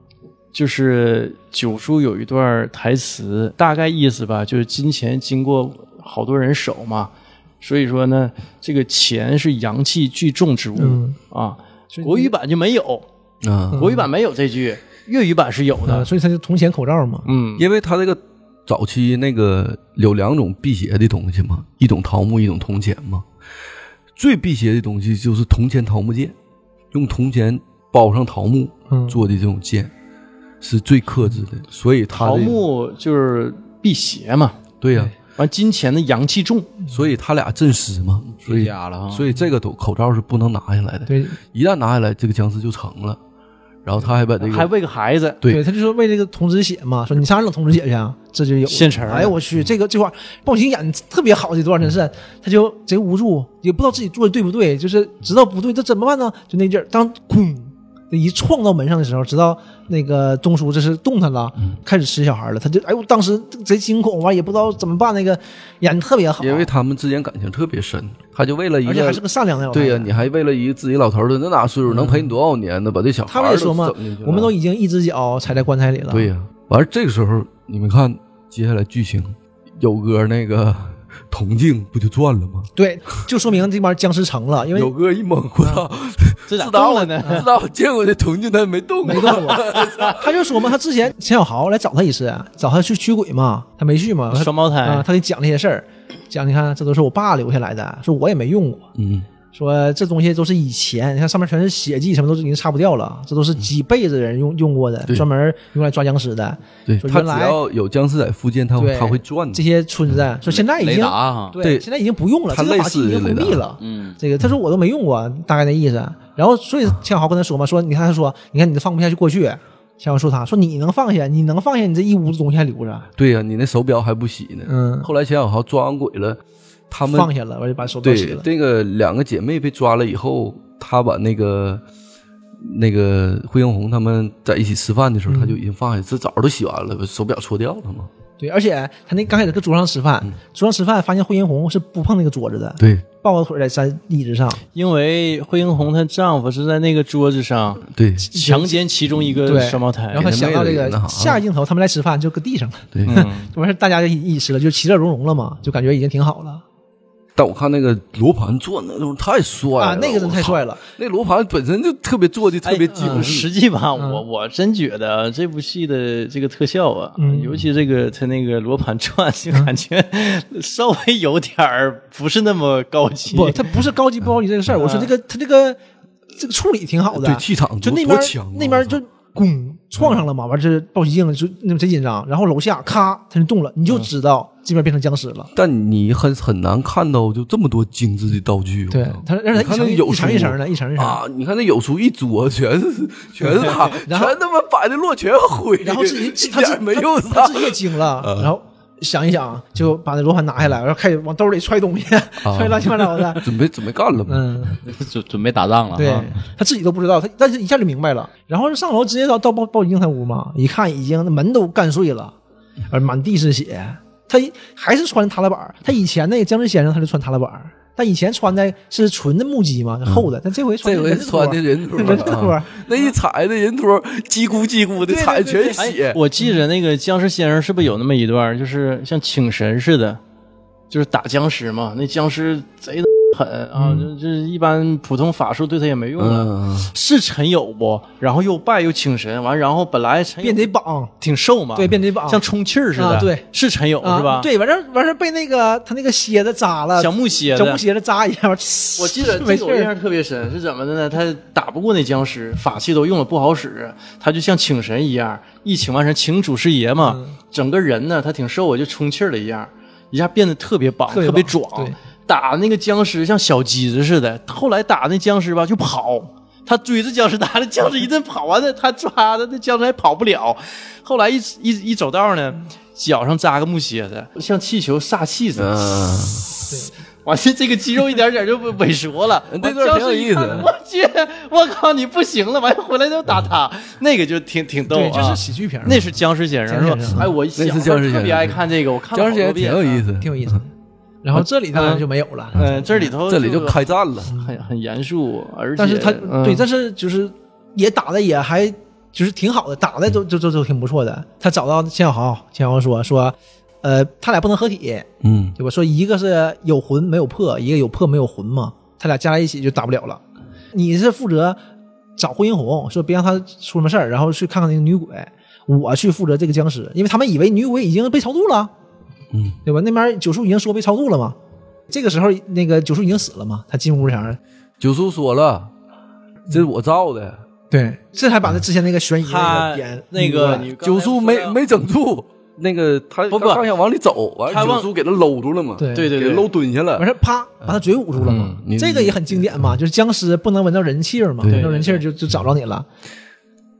就是九叔有一段台词，大概意思吧，就是金钱经过好多人手嘛，所以说呢，这个钱是阳气聚众之物、
嗯
啊。国语版就没有，
啊，
国语版没有这句，粤语版是有
啊，
的。
所以他就铜钱口罩嘛。
嗯，
因为他这个早期那个有两种辟邪的东西嘛，一种桃木，一种铜钱嘛。最辟邪的东西就是铜钱桃木剑，用铜钱包上桃木
嗯
做的这种剑，是最克制的。所以他的
嗯桃木就是辟邪嘛，
对呀、
哎
完金钱的阳气重，
所以他俩阵尸嘛，
哎
所以
家了啊
所以这个口口罩是不能拿下来的。
对
一旦拿下来，这个僵尸就成了。然后他还把这个
还喂个孩子，
对
他就说为这个童子血嘛，说你上哪弄童子血去啊？这就有
现成儿
哎呦我去，这个这块儿鲍兴演得特别好，这段真是，
嗯
他就贼无助，也不知道自己做的对不对，就是知道不对，这怎么办呢？就那劲儿，当咣一撞到门上的时候，知道那个东叔这是动弹了，
嗯
开始吃小孩了，他就哎呦，当时贼惊恐，完也不知道怎么办，那个演得特别好，
因为他们之间感情特别深，他就为了一
而且还
个
是个善良的老太太
对呀、你还为了一个自己老头儿的，那哪岁数能陪你多少年呢？把这小孩
他
儿
们也说嘛
都整进去，了
我们都已经一只脚踩在棺材里了，
对呀、完了这个时候，你们看接下来剧情，有哥那个铜镜不就赚了吗？
对，就说明这帮僵尸成了，因为嗯
有哥一懵，我操！
这咋
自打
动了
我
呢？
自
*laughs*
打我见过这铜镜，他没动啊 *laughs* 过，
没动过。他就说嘛，他之前钱小豪来找他一次，啊找他去驱鬼嘛，他没去嘛，
*laughs*
他
双胞胎
啊、他给讲这些事儿，讲你看这都是我爸留下来的，说我也没用过，
嗯，
说这东西都是以前，你看上面全是血迹，什么都已经擦不掉了，这都是几辈子人用用过的，
对
专门用来抓僵尸的。
对
说
他
原
只
来
要有僵尸在附近，他
对
他会转
这
的。
些村子，说现在已
雷
经
达啊，
对
对
现在已经不用了，
它
这个
类
法器
似
已经
雷
封
达
闭了。
嗯，
这个他说我都没用过，大概那意思。然后所以钱小豪跟他说嘛，说你看他说，你看你都放不下去过去。钱小豪说他说你能放下，你能放下，你这一屋子东西还留着，
对呀、你那手表还不洗呢。
嗯，
后来钱小豪抓完鬼了，他们
放下了，我就把手表洗
对
了。
那个两个姐妹被抓了以后，他把那个那个惠英红他们在一起吃饭的时候，他就已经放下，这早都洗完了，手表搓掉了嘛。
对，而且他那刚开始搁桌上吃饭，桌上吃饭发现惠英红是不碰那个桌子的，
对
抱个腿在在椅子上，
因为惠英红她丈夫是在那个桌子上
对
强奸其中一个
对
双胞胎
然，后他想到这
那
个
个那啥
下一镜头，他们来吃饭就搁地上了，
对、
完事儿大家就一起吃了，就其乐融融了嘛，就感觉已经挺好了
但我看那个罗盘做那种太帅了，
啊，那个真太帅了。啊
我操！那罗盘本身就特别做的特别
哎
精
嗯
致，
实际吧，我我真觉得这部戏的这个特效啊，
嗯
尤其这个他那个罗盘转，就感觉稍微有点儿不是那么高级。
不，他不是高级不高级这个事儿，我说这个他这个这个处理挺好的，
嗯对气场多
就那边
多强啊
那边就咣撞上了嘛，完这暴击镜就那么贼紧张，然后楼下咔他就动了，你
嗯
就知道这边变成僵尸了。
但你很很难看到就这么多精致的道具。
对
我操，
他让他
你看那
一层
有
一层
书
一层的，一层一层的。
啊！你看那有书一桌，全是全是他，全
然后
他妈摆的落全灰，
然后自己
一
他自
点没用啊
他
上
自。己也惊了，然后想一想，就把那罗盘拿下来，然后开始往兜里揣东西，
啊
*laughs* 揣乱七八糟
*laughs*
的。
准备准备干了嘛？
嗯，
准准备打仗了
对
哈，
他自己都不知道，他但是一下就明白了，然后就上楼直接到到报报警他屋嘛，一看已经门都干碎了，而满地是血。他一还是穿踏拉板儿，他以前那个僵尸先生他就穿踏拉板儿，但以前穿的是纯的木屐嘛，是厚的，但这回穿
这回穿的人托，
人托
啊那一踩那人托叽咕叽咕的踩全血，
我记着那个僵尸先生是不是有那么一段儿，就是像请神似的，就是打僵尸嘛？那僵尸贼的狠啊，
嗯
就就是一般普通法术对他也没用了。
嗯，
是陈友不？然后又拜又请神，完然后本来陈友
变得绑
挺瘦嘛，
对变得绑
像充气儿似的，
啊对，
是陈友
啊
是吧？，
对，完事儿完事儿被那个他那个蝎子扎了，
小木蝎
啊小
子
木。鞋子扎一下，
我记得这
没事
个我印
儿
象特别深，是怎么的呢？他打不过那僵尸，法器都用了不好使，他就像请神一样，一请完神，请祖师爷嘛，
嗯
整个人呢他挺瘦，啊我就充气儿了一样，一下变得特别棒，
特别
特别
棒
壮
对，
打那个僵尸像小鸡子似的。后来打那僵尸吧就跑。他追着僵尸打，那僵尸一顿跑完了，他抓的那僵尸还跑不了。后来一一一走道呢，脚上扎个木楔子，像气球撒气似的，
嗯，。
完这这个肌肉一点点就萎萎缩了
*laughs* 那段挺有意思的
我去，我靠，你不行了，完回来就打他，
嗯
那个就挺挺逗
对，就
啊
是。喜剧片儿嘛，
那是僵尸先生
僵尸
是
先生
吧？哎，我小时候
僵尸先生
特别爱看这个，我看了
僵
好
尸也
多
挺
遍。
有意思，
挺有意思。然后这里当然就没有了，
嗯、这里头
这里就
很
开战了。
很很严肃，而且
但是他
嗯
对，但是就是也打的也还就是挺好的，打的都都都都挺不错的。他找到钱小豪，钱小豪说说，呃，他俩不能合体，
嗯，
对吧？说一个是有魂没有魄，一个有魄没有魂嘛，他俩加在一起就打不了了。你是负责找惠英红，说别让他出什么事儿，然后去看看那个女鬼。我去负责这个僵尸，因为他们以为女鬼已经被超度了，
嗯，
对吧？那边九叔已经说被超度了嘛，这个时候那个九叔已经死了嘛，他进屋前，
九叔说了，这是我造的，
对，这才把他之前那个悬疑那
他
个点
那
拧过
个
来
你刚才
嗯九叔
说
没
到
没整住，那个他
不不
他刚想往里走，完
他
了
往
九叔给他搂住了嘛，
对
对对
给
对
他搂蹲下了
完。事儿啪把他嘴捂住了嘛
嗯，你
这个也很经典嘛，就是僵尸不能闻到人气儿嘛，
对
闻到人气儿就就找着你了。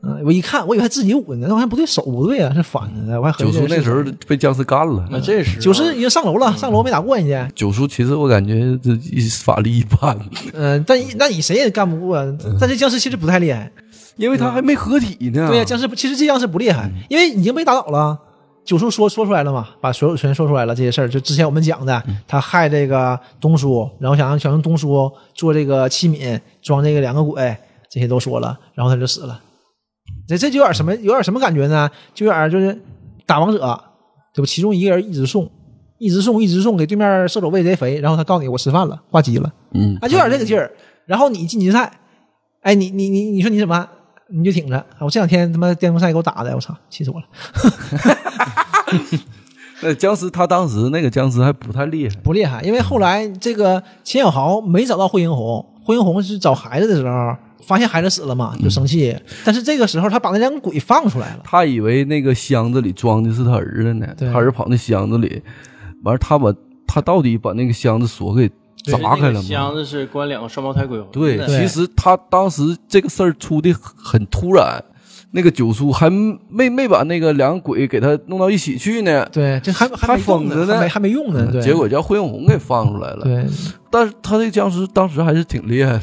嗯，我一看，我以为他自己捂呢，我还不对，手不对啊，是反着的，我还合
九
计
叔那时候被僵尸干
那
了。
这是
九十已经上楼了，上楼没打过人家，
九叔其实我感觉这一法力一般，
嗯，但但你谁也干不过，啊
嗯
但这僵尸其实不太厉害，
*laughs* 因为他还没合体呢。
对呀，僵尸不其实这僵尸不厉害，
嗯
因为已经被打倒了。九叔说说出来了嘛，把所有全说出来了这些事儿，就之前我们讲
嗯
的，他害这个东叔，然后想让想用东叔做这个器皿，装这个两个鬼，这些都说了，然后他就死了。这这就有点什么，有点什么感觉呢？就有点就是打王者，对吧？其中一个人一直送，一直送一直送，给对面射手喂贼肥，然后他告你我吃饭了，挂机了，
嗯
啊，就有点这个劲儿。然后你晋级赛，哎，你你你你说你怎么办？你就挺着。啊我这两天他妈电风扇给我打的，我操，气死我了！
那僵尸他当时那个僵尸还不太厉害，
不厉害，因为后来这个秦小豪没找到惠英红，惠英红是找孩子的时候发现孩子死了嘛，就生气。
嗯
但是这个时候他把那两个鬼放出来了，
他以为那个箱子里装的是他儿子呢，
对
他儿子跑那箱子里，完了他把他到底把那个箱子锁给砸开了
箱
吗？
子是关两个双胞胎鬼魂。
对，
真的
对
其实他当时这个事儿出的很突然，那个九叔还没没把那个两个鬼给他弄到一起去呢，
对，这还还没
他
用
疯着呢
还没还没用呢，对，
嗯结果叫惠永红给放出来了。
对
但是他这僵尸当时还是挺厉害的，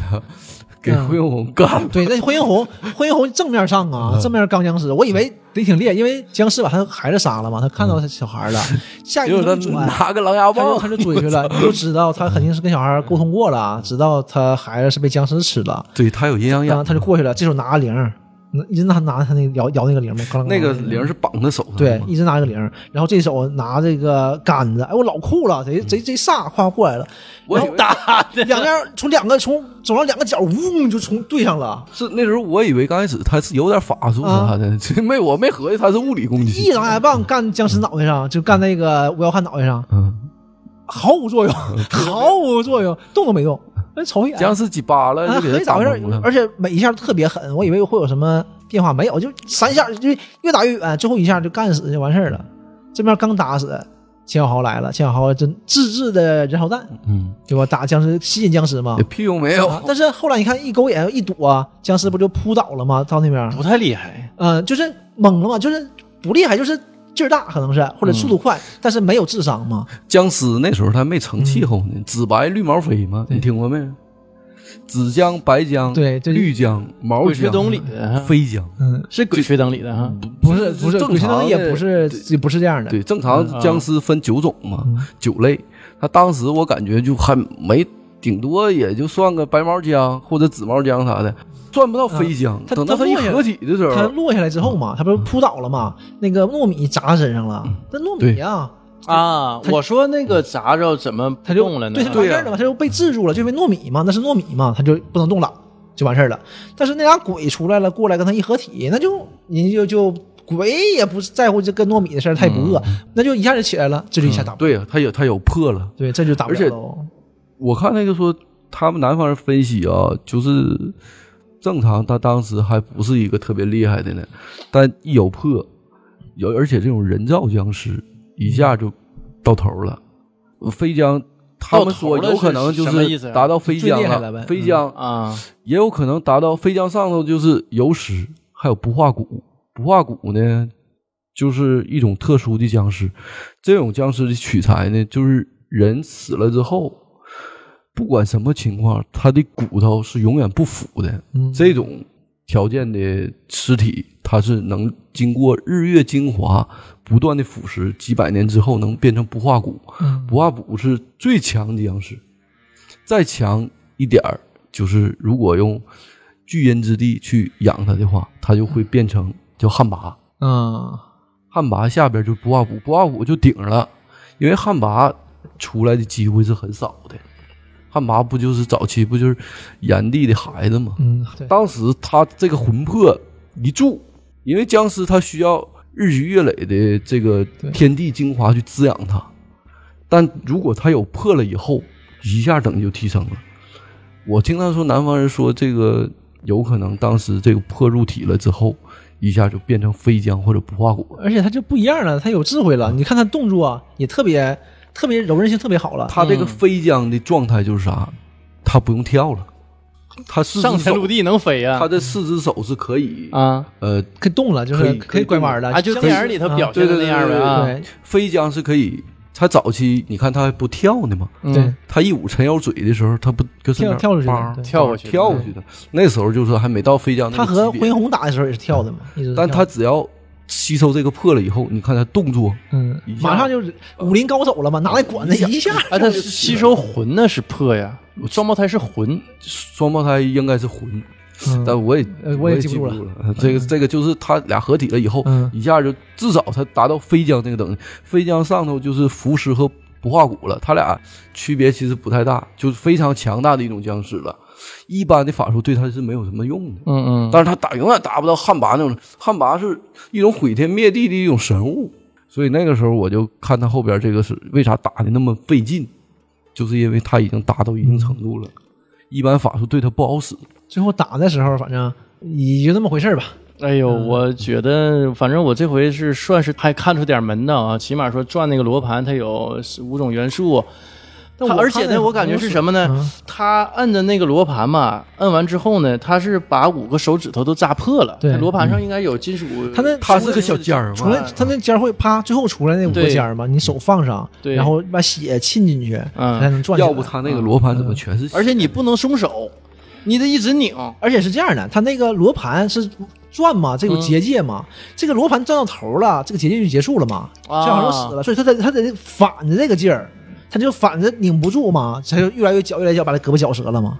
给
嗯
惠永红干了。
对，那惠英红，惠英红正面上啊，
嗯
正面刚僵尸，我以为得挺厉害，因为僵尸把他孩子杀了嘛，他看到他小孩了，下一
嗯结
个他
果他
转。
拿个狼牙
他就
棒
他，就追去
*laughs*
了，你就知道他肯定是跟小孩沟通过了，啊知道他孩子是被僵尸吃了，
对他有阴阳
然
眼
后，他就过去了，这手拿铃儿，嗯一直拿拿他那个摇摇那个铃儿嘛，咣啷咣啷
那个铃儿是绑在手上的
对
嘛，，
一直拿那个铃儿，然后这手拿这个杆子，哎，我老酷了，贼贼贼飒，夸过来
*laughs*
了，
我
然
以
后
为
打两边从两个从走上两个角，嗡就从对上了，
是那时候我以为刚开始他是有点法术啥
嗯
的，这没我没合计他是物理攻
一
击，
狼牙棒干僵尸脑袋上，就干那个吴耀汉脑袋上，
嗯，
毫无
*laughs*
作用，毫无作用，动都没动，哎，瞅一眼，
哦僵尸几巴了
啊，
就给
很
他
咋
打
回
懵
事
了，。
而且每一下特别狠，我以为会有什么变化，没有，就三下就越打越远，最后一下就干死就完事儿了。这边刚打死，钱小豪来了，钱小豪真自制的燃烧弹，
嗯，哎
对吧？打僵尸吸引僵尸嘛
也。屁用没有
啊。但是后来你看一狗眼一躲，啊僵尸不就扑倒了吗？到那边，
不太厉害，
嗯、就是懵了嘛，就是不厉害，就是劲儿大，可能是或者速
嗯
度快，但是没有智商嘛。
僵尸那时候他没成气候
嗯
呢，紫白绿毛飞嘛，你听过没？紫僵、白僵、
对对
绿僵、毛
鬼吹灯
僵、
里的哈
飞僵，
嗯，
是鬼吹灯里的
嗯
哈，
不是不是，
正
鬼吹
常
灯
的
也不是也不是这样的。
对，正常
嗯
僵尸分九种嘛，
嗯
九类。他当时我感觉就还没，顶多也就算个白毛僵或者紫毛僵啥的，算不到飞僵。
嗯他
等到
他
他一
落下
合体的时
他
候，
落下来之后嘛，他不是扑倒了嘛？那个糯米砸他身上了，那糯米啊，
啊，我说那个砸着怎么不
他就
动了呢？
对，他啊就完事儿了嘛，他就被制住了，就因为糯米嘛，那是糯米嘛，他就不能动了，就完事儿了。但是那俩鬼出来了，过来跟他一合体，那就人就就鬼也不在乎这跟糯米的事儿，他也不饿，那就一下就起来了，这就一下打不了，
对呀，他有他有破了。
对，这就打不了
而且
喽。
我看那个说他们南方人分析啊，就是正常，他当时还不是一个特别厉害的呢，但一有破，有而且这种人造僵尸一下就到头了，飞僵。他们说
到头了
有可能就是
什么意思
是
啊
达到飞
最
僵
厉害了呗
飞僵
啊，
也有可能达到飞将上头就是游石，还有不化骨。不化骨呢，就是一种特殊的僵尸。这种僵尸的取材呢，就是人死了之后，不管什么情况，他的骨头是永远不腐的。
嗯
这种条件的尸体，它是能经过日月精华不断的腐蚀，几百年之后能变成不化骨。
嗯
不化骨是最强的僵尸，再强一点儿，就是如果用巨阴之地去养它的话，它就会变成叫旱魃。
嗯
旱魃下边就不化骨，不化骨就顶上了，因为旱魃出来的机会是很少的。旱魃不就是早期不就是炎帝的孩子吗？
嗯，对，
当时他这个魂魄一住，因为僵尸他需要日积月累的这个
对
天地精华去滋养它，但如果他有破了以后，一下等级就提升了。我听他说，南方人说这个有可能当时这个破入体了之后，一下就变成飞僵或者不化骨了。
而且他就不一样了，他有智慧了，你看他动作啊也特别特别柔韧性特别好了，
他这个飞僵的状态就是啥？他不用跳了，他四
上
只
天入
手，
地能飞呀
他，的四只手是可以
啊
呃
可以动了，就
可
是
以
可以拐弯了，
啊，就
像
电影里头
啊
表现的
对
那
对
样呗
对
啊，
对
飞僵是可以，他早期你看他还不跳呢嘛，
嗯
对，
他一捂陈腰嘴的时候，他不就是
跳
那
跳出去的
梆
对
跳过去的
跳过去的，那时候就是还没到飞将那
他
个
和
级
恢
别，
宏打的时候也是跳的嘛，一直跳
但他只要吸收这个破了以后，你看他动作，
嗯
一，下
马上就是武林高手了嘛，拿那管子一下，
啊，他吸收魂那是破呀，双胞胎是魂，
双胞胎应该是魂，但我也
呃我也
也
记
记
不住
了。这个这个就是他俩合体了以后
嗯，
一下就至少他达到飞将这个等级，飞将上头就是浮尸和不化骨了，他俩区别其实不太大，就是非常强大的一种僵尸了。一般的法术对他是没有什么用的，
嗯嗯，
但是他打永远达不到汉魃那种，汉魃是一种毁天灭地的一种神物，所以那个时候我就看他后边这个是为啥打的那么费劲，就是因为他已经达到一定程度了，一般法术对他不好使。
最后打的时候，反正也就那么回事儿吧。
哎呦，我觉得反正我这回是算是还看出点门道啊，起码说转那个罗盘它有五种元素，
但
它
我
而且
看那
呢，我感觉是什么呢？
嗯
他摁的那个罗盘嘛，摁完之后呢，他是把五个手指头都扎破了。
对
它罗盘上应该有金属。
他那
他是个小尖儿
出
嘛
来，，他那尖儿会啪，最后出来那五个
对
尖儿嘛，你手放上，
对
然后把血沁进去，
嗯
才能转起来。
要不他
嗯
那个罗盘怎么全是血？
而且你不能松手，你得一直拧。
而且是这样的，它那个罗盘是转嘛，这有
嗯
结界嘛，这个罗盘转到头了，这个结界就结束了嘛，
啊
这好像死了，所以它得它得反着这个劲儿，它就反着拧不住嘛，它就越来越绞，越来越绞，把这胳膊绞折了嘛。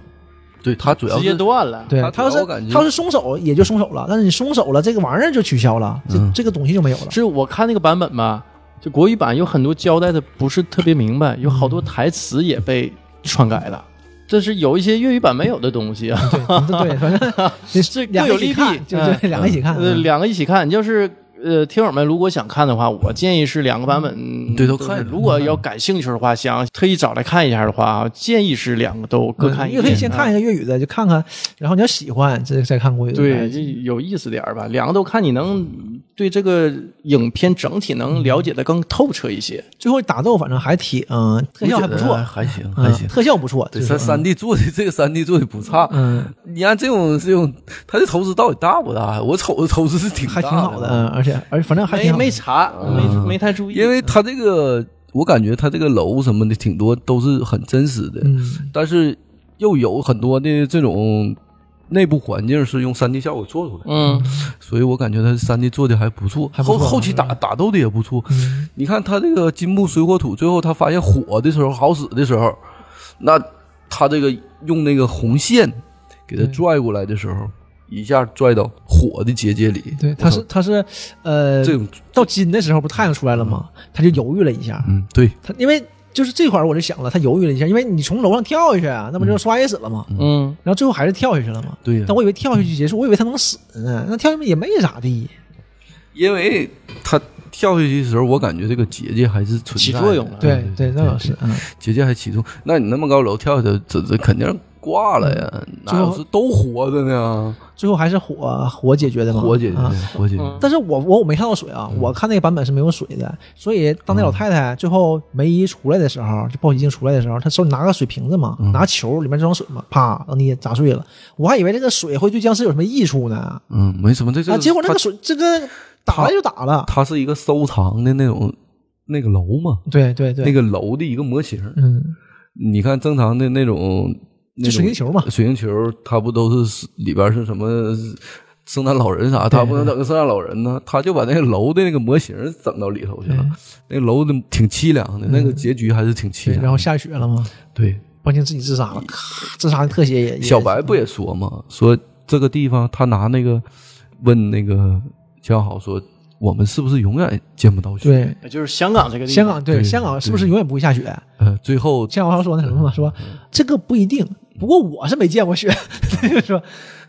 对他主要
直接
是
断了。
对
它，
它要
主要
是
我感觉
它要是松手也就松手了，但是你松手了，这个玩意儿就取消了，这、这个东西就没有了。
是我看那个版本吧，就国语版有很多交代的不是特别明白，有好
嗯
多台词也被篡改了。这是有一些粤语版没有的东西啊， *laughs*
对对，反正你
这
两
各
个
有利
一起
弊
看，就对，两个一起看。嗯
呃，两个一起看。就是呃，听友们如果想看的话，我建议是两个版
嗯
本
对都看
是如果要感兴趣的话，想特意找来看一下的话，建议是两个都各看一
嗯你
遍。啊
也可以先看一个粤语的，就看看，然后你要喜欢，这再看国语的。哎
对，就有意思点儿吧。两个都看，你能对这个影片整体能了解的更透彻一些。
最后打斗反正还挺，嗯，特效还不错，
哎还行
嗯
还行。
特效不错，
对，
就是
三三 D 做的这个三 D 做的不差，
嗯，
你按这种这种，他这投资到底大不大呀？我瞅着投资是挺大
还挺好的，
的，
嗯，而且而且反正还挺
没
好的
没查，没没太注意，
因为他这个，我感觉他这个楼什么的挺多都是很真实的，
嗯，
但是又有很多的这种内部环境是用三 D 效果做出来的，
嗯，
所以我感觉他三 D 做的还不错，
不错嗯
后后期打打斗的也不错。你看他这个金木水火土，最后他发现火的时候好使的时候，那他这个用那个红线给他拽过来的时候，一下拽到火的结界里。
对，他
嗯
是他是呃，
这种，
到金的时候不太阳出来了吗？他就犹豫了一下，
嗯，对，
他因为就是这块儿我就想了，他犹豫了一下，因为你从楼上跳下去啊，那不就摔死了吗？
嗯，
然后最后还是跳下去了嘛。
对呀嗯
但我以为跳下去结束，我以为他能死呢，那跳下去也没咋地。
因为他跳下去的时候，我感觉这个结界还是存在的
起作用了
对对，那倒是，嗯，
结界还启动，那你那么高楼跳下去，这这肯定挂了呀，
嗯
哪
最
有
后
是都活着呢？
最后还是火火解决的嘛，
活解决
啊，
活解决，
嗯
但是我我我没看到水啊，
嗯
我看那个版本是没有水的，所以当那老太太最后梅姨出来的时候，就鲍喜静出来的时候，她手里拿个水瓶子嘛，
嗯
拿球里面装水嘛，啪让你砸碎了。我还以为这个水会对僵尸有什么益处呢，啊，
嗯，没什么，这这
结果那
它
个水这个打了就打了，
它是一个收藏的那种那个楼嘛，
对对对，
那个楼的一个模型。
嗯，
你看正常的那种，那
就
种
水晶球嘛，
水晶球，它不都是里边是什么圣诞老人啥？它不能整个圣诞老人呢，它就把那个楼的那个模型整到里头去了。那个楼的挺凄凉的，那个结局还是挺凄
嗯对，
凉
然
的。
后下雪了嘛，
对，
鲍喜静自己自杀了，咔，自杀的特写也也
小白不也说吗？说这个地方，他拿那个问那个江豪说，我们是不是永远见不到雪？，
对。
就是香港这个地方，
香港对
对
香港是不是永远不会下雪？
呃，最后
像我刚说那
嗯
什么嘛，说这个不一定，不过我是没见 *laughs* 过雪。说，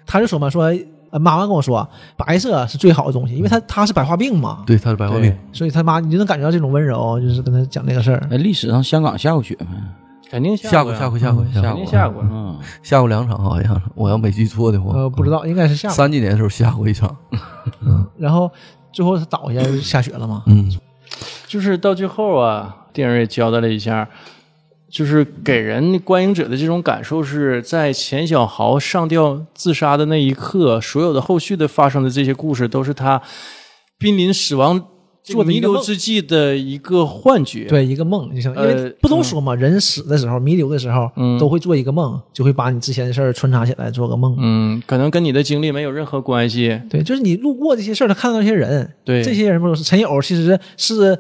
他就说嘛，说呃妈妈跟我说，白色是最好的东西，因为他他是白化病嘛，
对他是白化病
对，
所以他妈你就能感觉到这种温柔，就是跟他讲这个事儿。
哎，历史上香港下过雪没？
肯定
下
过
过
呀
下过下过
肯
下
定
过
下过。
嗯，
下过两场，好像我要没记错的话，嗯
呃，不知道应该是下午，
三几年的时候下过一场，
然后最后他倒下就下雪了嘛。
嗯，
就是到最后啊，电影也交代了一下，就是给人观影者的这种感受是在钱小豪上吊自杀的那一刻，所有的后续的发生的这些故事都是他濒临死亡
做的
弥
一个
留
梦
之际的一个幻觉。，
对，一个梦，就像因为
呃
不都说
嗯
嘛，人死的时候、弥留的时候，
嗯
都会做一个梦，就会把你之前的事儿穿插起来做个梦。
嗯，可能跟你的经历没有任何关系。
对，就是你路过这些事儿，他看到那些人，
对
这些人不是陈友其实是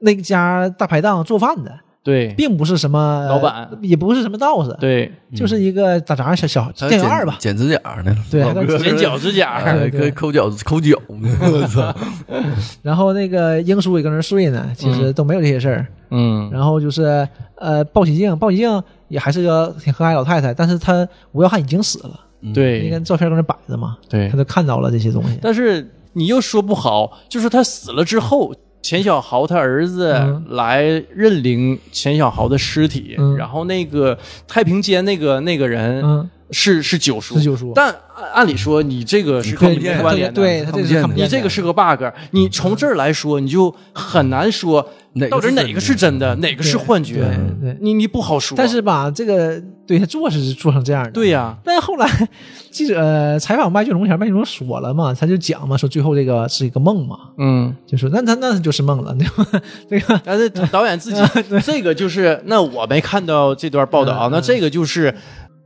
那家大排档做饭的，
对
并不是什么
老板，
也不是什么道士，，
对，
就是一个咋咋小小
他
店员
剪
二吧，
剪指甲呢，
对
老
还在
哥
剪脚指
*laughs*
甲，
哎
对对
可以抠脚抠脚，
*laughs*
我 *laughs* 操！
然后那个英叔也跟那儿睡呢，其实都没有这些事儿。
嗯，
然后就是呃，鲍喜静，鲍喜静也还是个挺和蔼老太太，但是她吴耀汉已经死了，那
对
个照片搁那摆着嘛，
对
她，就看到了这些东西。
但是你又说不好，就是他死了之后，钱小豪他儿子
嗯
来认领钱小豪的尸体，
嗯
然后那个太平间那个那个人
嗯，
是、是九叔，
是九叔
但按按理说你这个是跟
看
你
不见
没
对
的
关联的，
对，她这是看不见
你
的
这个是个 bug，你从这儿来说，你就很难说
哪个是
到底哪个是真的，哪个是幻觉
对，对。
你你不好说。
但是吧，这个对他做是做成这样的，
对呀，
但后来 *laughs* 记者呃采访麦浚龙前，麦浚龙说了嘛，他就讲嘛，说最后这个是一个梦嘛，
嗯，
就说那他那就是梦了， *laughs* 对吧？这个
但是啊导演自己这个就是，那我没看到这段报道，啊
嗯
那这个就是。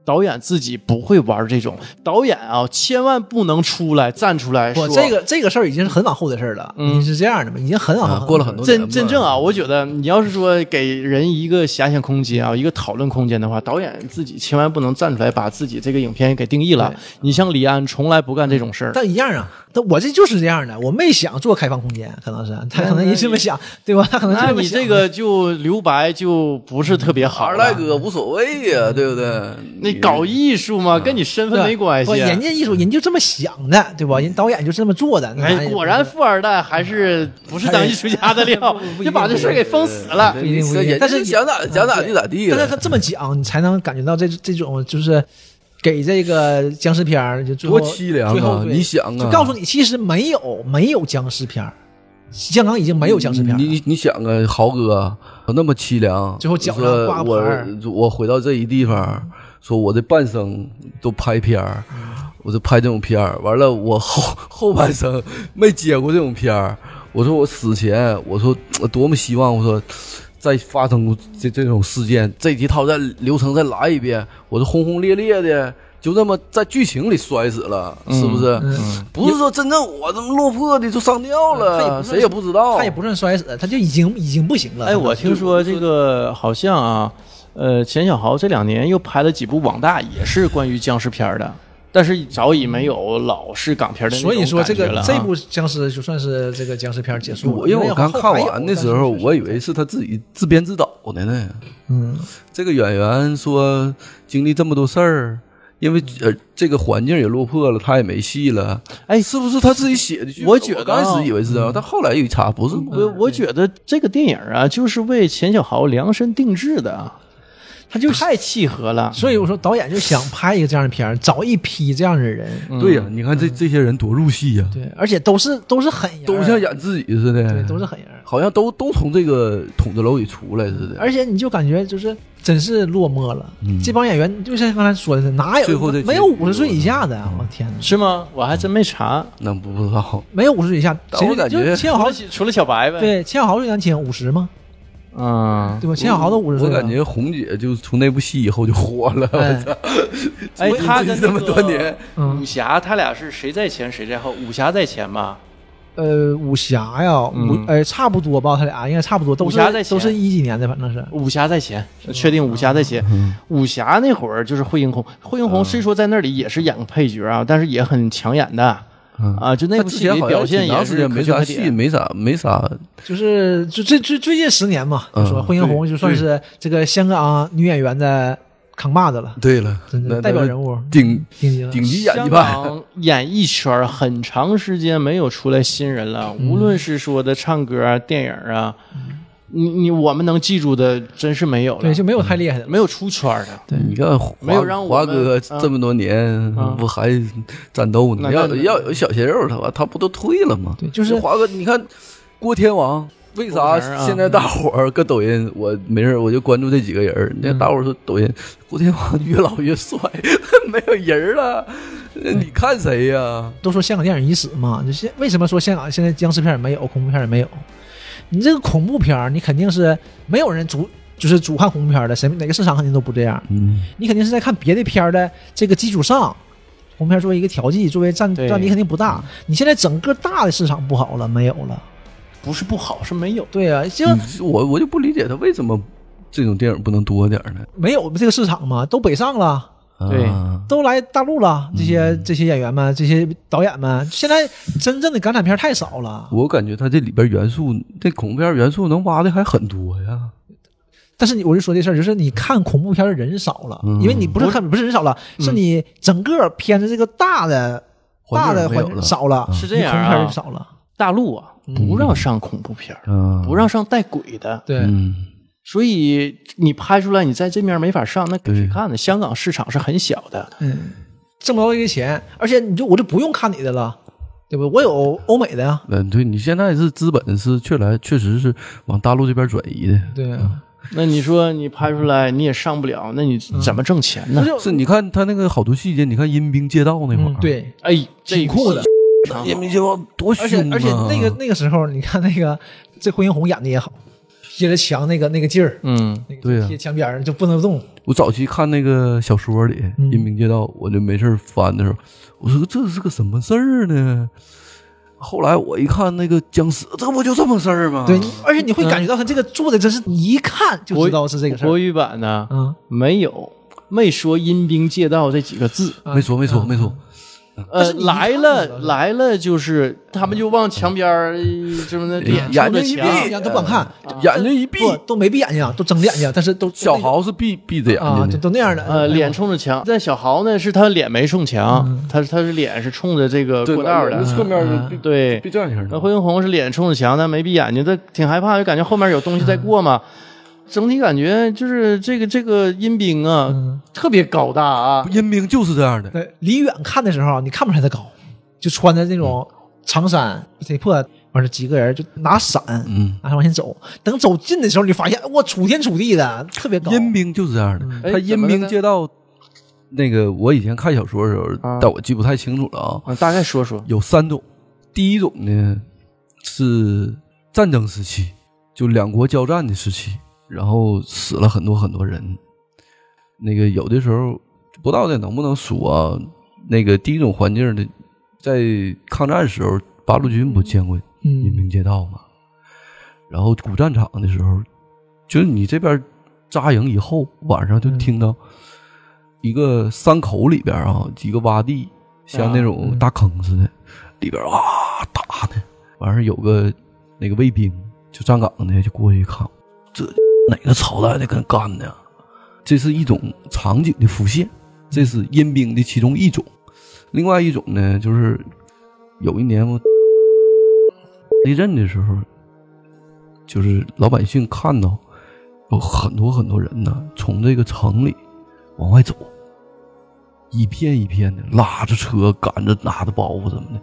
导演自己不会玩这种，导演啊，千万不能出来站出来说
我这个这个事儿已经是很往后的事儿了，
嗯
你是这样的嘛，已经很往
啊
后
过了很多年
真
吧
真正啊，我觉得你要是说给人一个遐想空间啊，一个讨论空间的话，导演自己千万不能站出来把自己这个影片给定义了
对。
你像李安，从来不干这种事儿，
但一样啊，但我这就是这样的，我没想做开放空间，可能是啊他可能也这么想，对吧？他可能就
那
这么
你
想
这个就留白就不是特别好
二
了。
大哥无所谓呀，对不对？
你啊搞艺术嘛，跟你身份没关系
啊
啊嗯
不。人家艺术人就这么想的，对吧？人导演就这么做的，那
哎，果然富二代还是不是当艺术家的料，
*laughs* 不一定
就把这事儿给封死了。
不一定不一定
人
但是啊
想咋想咋地咋地
但是
了
他。这么讲，你才能感觉到这这种就是给这个僵尸片儿就最后
多凄凉
最后
啊！
对
你想啊，
就告诉你，其实没有没有僵尸片儿，香港已经没有僵尸片儿了。
你你你想啊，豪哥那么凄凉，
最后脚上
说
挂个牌儿
我我回到这一地方，说我的半生都拍片儿，我就拍这种片儿，完了我后 *laughs* 后半生没接过这种片儿。我说我死前，我说我多么希望，我说再发生这这种事件，这一套再流程再来一遍，我是轰轰烈烈的，就这么在剧情里摔死了，
嗯
是不是？不是说真正我这么落魄的就上吊
他也
了，
不是
谁也不知道。
他也不算摔死，他就已经已经不行了。
哎，我听说这个好像啊，呃，钱小豪这两年又拍了几部网大，也是关于僵尸片儿的，但是早已没有老式港片儿的那种
所以说这
感觉
个
了啊
这部僵尸就算是这个僵尸片儿结束了。
我因为我刚看
后来
完
有
的时候，我以为是他自己自编自导的呢。
嗯，
这个演员说经历这么多事儿，因为呃这个环境也落魄了，他也没戏了。
哎
是不是他自己写的剧本？
我
我
觉得啊
刚开始以为是这样，但后来一查不是。
嗯
我我觉得这个电影啊，就是为钱小豪量身定制的啊，他就太契合了。
所以我说导演就想拍一个这样的片儿，找一批这样的人，
对呀、你看这这些人多入戏呀、
对，而且都是都是狠人，
都像演自己似的，
对，都
嗯
是狠人。
好像都都从这个筒子楼里出来似的。
而且你就感觉就是真是落寞了，这帮演员就像刚才说的，哪有
嗯最后这
没有五十岁以下的
嗯
啊？我天哪，
是吗？我还真没查，
那不知道，
没有五十岁以下，
但
谁
我感
就
觉
钱小
除 *laughs*
豪
了除了小白呗。，
对钱小豪最年轻五十吗？
嗯，
对吧？钱小豪都五十岁
我
了，
感觉红姐就从那部戏以后就火了。我
哎
操！
哎，他跟
这么多年，
武侠他俩是谁在前谁在后？武侠在前吧？
呃，武侠呀，武
嗯
呃差不多吧，他俩应该差不多，都是
武侠在前
都是一几年的，反正是
武侠在前，确定武侠在前。嗯武侠那会儿就是惠英红，惠英红虽说在那里也是演个配角啊，但是也很抢眼的。啊，就那
他
部
之
戏
前
里
好像
表现
挺
也
长时
是
间
可
没
圈
啥
可
戏，
点。
没啥
*laughs*
没啥，
就是就最最最近十年嘛，就
嗯
说惠英红
对
就算是这个香港女演员的扛把子了，
对了，
真的
那
代表
那
人物
顶
顶级了
顶级演
香
技派， *laughs*
港演艺圈儿很长时间没有出来新人了，
嗯
无论是说的唱歌啊、电影啊，你你我们能记住的真是没有了
对，，就没有太厉害的了。
没有出圈儿的。
你看华
没有让我
华
们
哥
啊
这么多年
啊
不还战斗
那
呢？要
那那
要有小鲜肉的话，他不都退了吗？
对就是
华哥，你看郭天王。为
郭
啥
富城啊
现在大伙儿搁抖音？我没事儿我就关注这几个人儿。你
嗯
看大伙儿说抖音，郭天王越老越帅， *laughs* 没有人儿了。你看谁呀？
都说香港电影已死嘛，就现为什么说香港现在僵尸片也没有，恐怖片也没有？你这个恐怖片儿，你肯定是没有人主就是主看恐怖片儿的，谁哪个市场肯定都不这样。
嗯，
你肯定是在看别的片儿的这个基础上，红片儿作为一个调剂，作为占
对
占比肯定不大。你现在整个大的市场不好了，没有了。
不是不好，是没有。
对啊，就
我我就不理解他为什么这种电影不能多点儿呢？
没有这个市场嘛，都北上了。
对
啊
都来大陆了，这些这些演员们，这些导演们，现在真正的港产片太少了。
我感觉它这里边元素，这恐怖片元素能挖的还很多呀。
但是你我就说这事儿，就是你看恐怖片的人少了，因为你不是看不是人少了，
嗯
是你整个片子这个大的大
环境
的
没
环
有
境
了嗯
少了，
是这样
你
啊
恐怖片人少了，
大陆啊，
嗯
不让上恐怖片儿，
嗯，
不让上带鬼的，
对
嗯，
所以你拍出来，你在这面没法上，那给谁
对
看呢？香港市场是很小的，
嗯，挣不到这个钱，而且你就我就不用看你的了，对不？我有欧美的呀，
嗯，对你现在是资本是确来确实是往大陆这边转移的。，
对，
那你说你拍出来你也上不了，那你
嗯
怎么挣钱呢
不？就是
你看他那个好多细节，你看阴兵借道那会儿，
嗯，对，
哎，这
挺酷的。
个
阴兵借道多
而且
凶啊！
而且那个那个时候，你看那个这惠英红演的也好，贴着墙那个那个劲儿，
嗯，
那个
对呀
贴墙边儿就不能动。
我早期看那个小说里《
嗯
阴兵借道》，我就没事儿翻的时候，我说这是个什么事儿呢？后来我一看那个僵尸，这不就这么事儿吗？
对，你而且你会感觉到他这个做的真是，你一看就知道是这个事
国
儿。
语版呢
嗯，
没有，没说阴兵借道这几个字。
没说没
啊
说没说，
嗯但
呃
是，你一看
来
就
了
知道
来了，就是他们就往墙边儿哎什么
哎
的脸
眼
冲
睛
着
一
墙，
闭，
都不敢看，
眼睛一闭，
啊不都没闭眼睛啊，都睁着眼睛啊，但是都
小豪是闭闭着眼
啊，
睛
就
的。
都那样的。
呃，脸冲着墙。但小豪呢，是他脸没冲
嗯
墙，他他是脸是冲着这个过道
我们
的，
侧面
啊
就闭
对
闭。这样型
那
的。
惠英红是脸冲着墙，但没闭眼睛，他挺害怕，就感觉后面有东西
嗯
在过嘛。整体感觉就是这个这个阴兵
嗯
啊，特别高大啊，
阴兵就是这样的，
对，离远看的时候，你看不出来他高，就穿着那种长衫贼破，完了几个人就拿伞，
嗯，
拿着往前走。等走近的时候，你发现哇，楚天楚地的，特别高。
阴兵就是这样
嗯
的。
哎
他阴兵借道，那个我以前看小说的时候
啊，
但我记不太清楚了啊。
啊大概说说，
有三种，第一种呢是战争时期，就两国交战的时期，然后死了很多很多人。那个有的时候不知道这能不能说啊，那个第一种环境的，在抗战时候，八路军不建过人
嗯，
民街道嘛，然后古战场的时候，就是你这边扎营以后，晚上就听到一个山口里边啊，一个洼地，像那种大坑似的，里边哇打呢，完事儿有个那个卫兵就站岗的就过去一看，这 *laughs* 哪个朝代的跟干呢？这是一种场景的浮现，这是阴兵的其中一种。另外一种呢，就是有一年我 *laughs* 地震的时候，就是老百姓看到有很多很多人呢，从这个城里往外走，一片一片的拉着车，赶着拿着包袱什么的，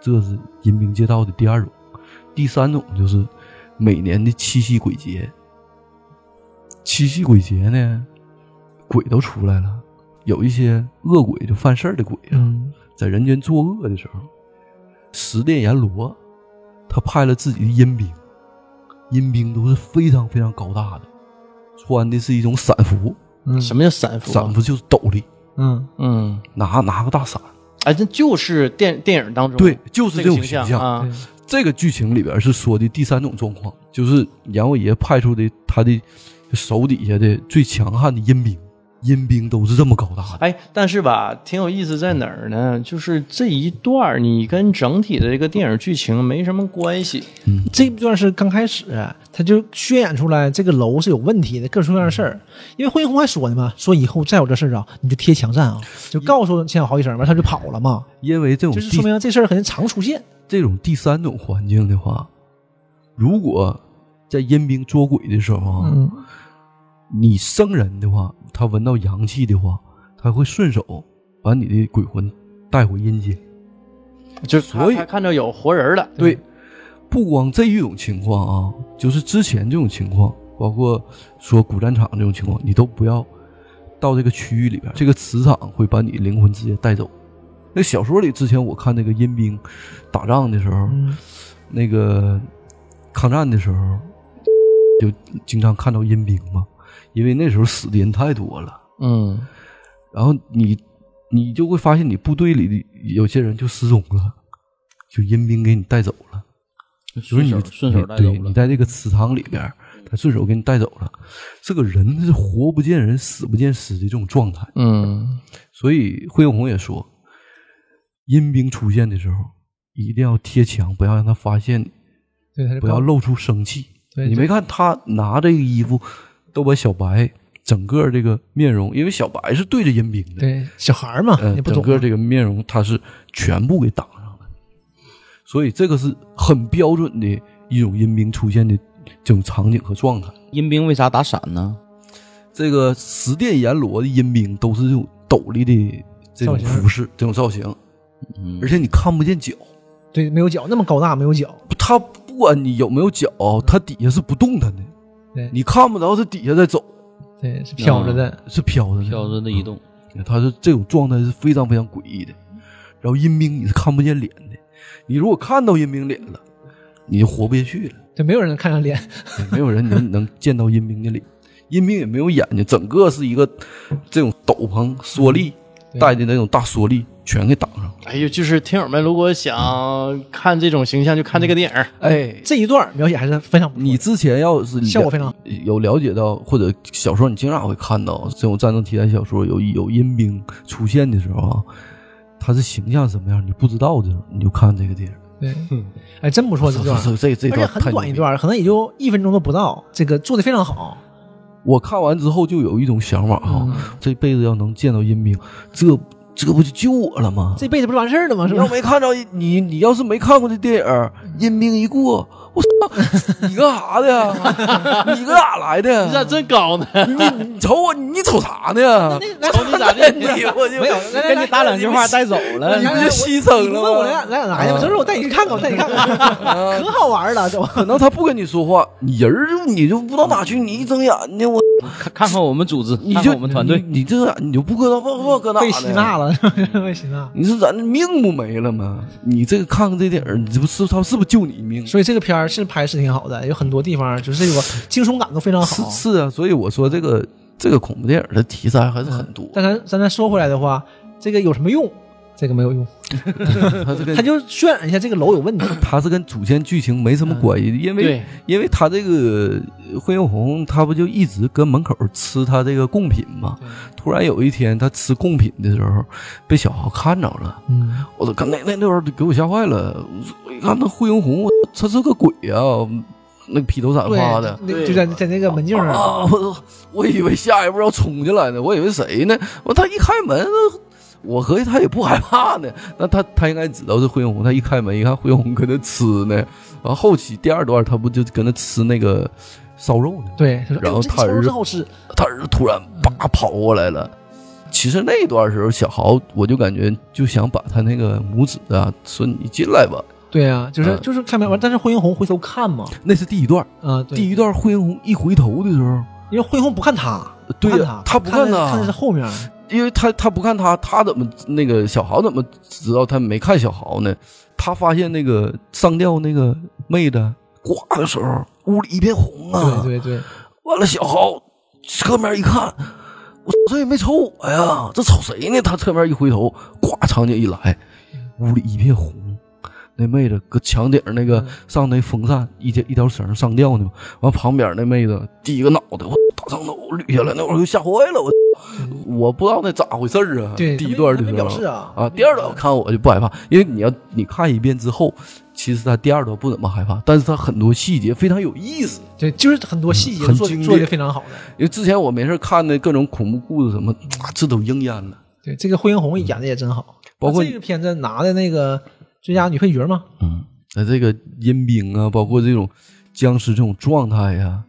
这是阴兵街道的第二种。第三种就是每年的七夕鬼节，七夕鬼节呢，鬼都出来了，有一些恶鬼就犯事儿的鬼啊，
嗯
在人间作恶的时候，十殿阎罗他派了自己的阴兵，阴兵都是非常非常高大的，穿的是一种伞服，
嗯
什么叫散服？啊
伞服就是斗笠，
嗯，
嗯，
拿拿个大伞，
哎，这就是电电影当中
对，就是
这
这
个
种
形
形
象
象。
啊，
这个剧情里边是说的第三种状况，就是阎王爷派出的他的手底下的最强悍的阴兵，阴兵都是这么高大的，
哎，但是吧，挺有意思在哪儿呢？就是这一段儿你跟整体的这个电影剧情没什么关系，
这段是刚开始，他就宣演出来这个楼是有问题的，各种各样的事儿。因为惠英红还说呢嘛，说以后再有这事儿啊，你就贴墙站啊，就告诉钱小豪一声，完他就跑了嘛，
因为这种
就是
地
说明这事儿很常出现。
这种第三种环境的话，如果在阴兵捉鬼的时候啊，
嗯
你生人的话，他闻到阳气的话，他会顺手把你的鬼魂带回阴间。
就是他
所以
他看着有活人了，
对，不光这一种情况啊，就是之前这种情况，包括说古战场这种情况，你都不要到这个区域里边，这个磁场会把你灵魂直接带走。那小说里之前我看那个阴兵打仗的时候，
嗯
那个抗战的时候，就经常看到阴兵嘛，因为那时候死的人太多了。
嗯，
然后你你就会发现，你部队里的有些人就失踪了，就阴兵给你带走了，就是
顺
你
手顺手带走
对你
了。嗯
在这个祠堂里边儿，他顺手给你带走了。这个人是活不见人，死不见尸的这种状态。
嗯
所以惠永红也说，阴兵出现的时候，一定要贴墙，不要让他发现你，
对，他就
不要露出生气。
对
你没看他拿这个衣服，都把小白整个这个面容，因为小白是对着阴兵的，
对小孩儿嘛，
呃，
你不
整
懂啊
个
嘛，
这个面容他是全部给挡上了，所以这个是很标准的一种阴兵出现的这种场景和状态。
阴兵为啥打伞呢？
这个十殿阎罗的阴兵都是这种斗笠的这种
造型
服饰、这种造型，
嗯
而且你看不见脚，
对，没有脚，那么高大没有脚，
他不管你有没有脚，他底下是不动弹的，
对
你啊看不着他底下在走，
对，是飘着的，
是飘着的，
飘着的移动，
他是这种状态是非常非常诡异的。
嗯
然后阴兵你是看不见脸的，你如果看到阴兵脸了，你就活不下去了。
对，没有人能看上脸，
也没有人能 *laughs* 能见到阴兵的脸，阴兵也没有眼睛，整个是一个这种斗篷缩力
嗯对
带的那种大缩力，全给挡上。
哎呦，就是听友们如果想看这种形象，就看这个电影 *laughs*
嗯
儿。
哎，
这一段描写还是非常不错的
你之前要是了
嗯效果非常好，
有了解到，或者小说你经常会看到这种战争题材小说有有阴兵出现的时候啊，他是形象什么样你不知道的时候，你就看这个电影。
对，哎，真不错这段，
这这
而且
这段
很
太牛
短一
逼啊了。
段，可能也就一分钟都不到，这个做的非常好，
我看完之后就有一种想法哈、这辈子要能见到阴兵，这这不就救我了吗？
这辈子不就完事儿了吗？是
你
吧
要？没看着你，你要是没看过这电影《阴兵一过》，我操，你干啥的呀？你干啥来的
你咋
呀？
真高呢？
你你瞅我，你瞅啥呢？
瞅你咋地？
你我就
没有，来来
跟你
来，
搭两句话带走了
你。不就牺牲
你不问我
了啊
咱
吗？
俩咱俩来呀？这是我带你去看看，我带你看看，可好玩了，都。
啊可能他不跟你说话，你人儿就你就不知道哪去，你一睁眼睛我
看看看我们组织，
你
看
就
看我们团队，
你你这你就不知道不知道搁哪
被吸纳
呢？
了，是不是 *laughs* 被吸纳。
你是咱命不没了吗？你这个看看这电影，你这不是他是不是救你命？
所以这个片儿是拍是挺好的，有很多地方就是这个惊悚感都非常
是
好。
是啊，所以我说这个这个恐怖电影的题材还是很多。
但咱咱再说回来的话，这个有什么用？这个没有用，
它是
他
跟
就渲染一下这个楼有问题。
它是跟主线剧情没什么关系，因为
对
因为他这个惠英红，他不就一直跟门口吃他这个贡品吗？突然有一天，他吃贡品的时候被小豪看着了，
嗯，
我操！刚那那那会儿给我吓坏了，我一看那惠英红，我操他是个鬼啊！那披头散
对
发的，，
那就在在那个门镜那儿，
啊！我操！我以为下一步要冲进来呢，我以为谁呢？我他一开门，我合计他也不害怕呢。那他他应该知道是惠英红，他一开门一看惠英红搁那吃呢。然后后期第二段他不就搁那吃那个烧肉呢？
对，他说
然后
哎呦这嗯
他
个超
儿子
真好吃，
他儿子突然叭跑过来了。其实那段时候，小豪我就感觉就想把他那个拇指啊，说你进来吧。
对啊，就是
嗯
就是开门完，但是惠英红回头看嘛，
那是第一段，
啊，
第
对，
一段惠英红一回头的时候，
因为惠英红不看他，
对
不看
呀，他不
看
看
的
他，
看的是后面，
因为他他不看他，他怎么那个小豪怎么知道他没看小豪呢？他发现那个上吊那个妹子挂的时候，屋里一片红啊。
对对对，
完了，小豪侧面一看，我操这也没瞅我呀，这瞅谁呢？他侧面一回头，咵，场景一来，屋里一片红。那妹子搁墙顶那
嗯
个上那风扇一条一条绳上吊呢，完旁边那妹子低个脑袋，我大上头捋下来，那会儿就吓坏了我。我不知道那咋回事儿啊。
嗯对
第一段
他
就
没
是
他没表示啊
啊，第二段我看我就不害怕，因为你要你看一遍之后，其实他第二段不怎么害怕，但是他很多细节非常有意思。
对，就是很多细节
嗯很
做
经
做的
典
非常好的。
因为之前我没事看的各种恐怖故事什么，啊这都应验了。
对，这个惠英红演的也真好，
包括
这个片子拿的那个最佳女配角嘛，
嗯，那这个阴兵啊，包括这种僵尸这种状态呀、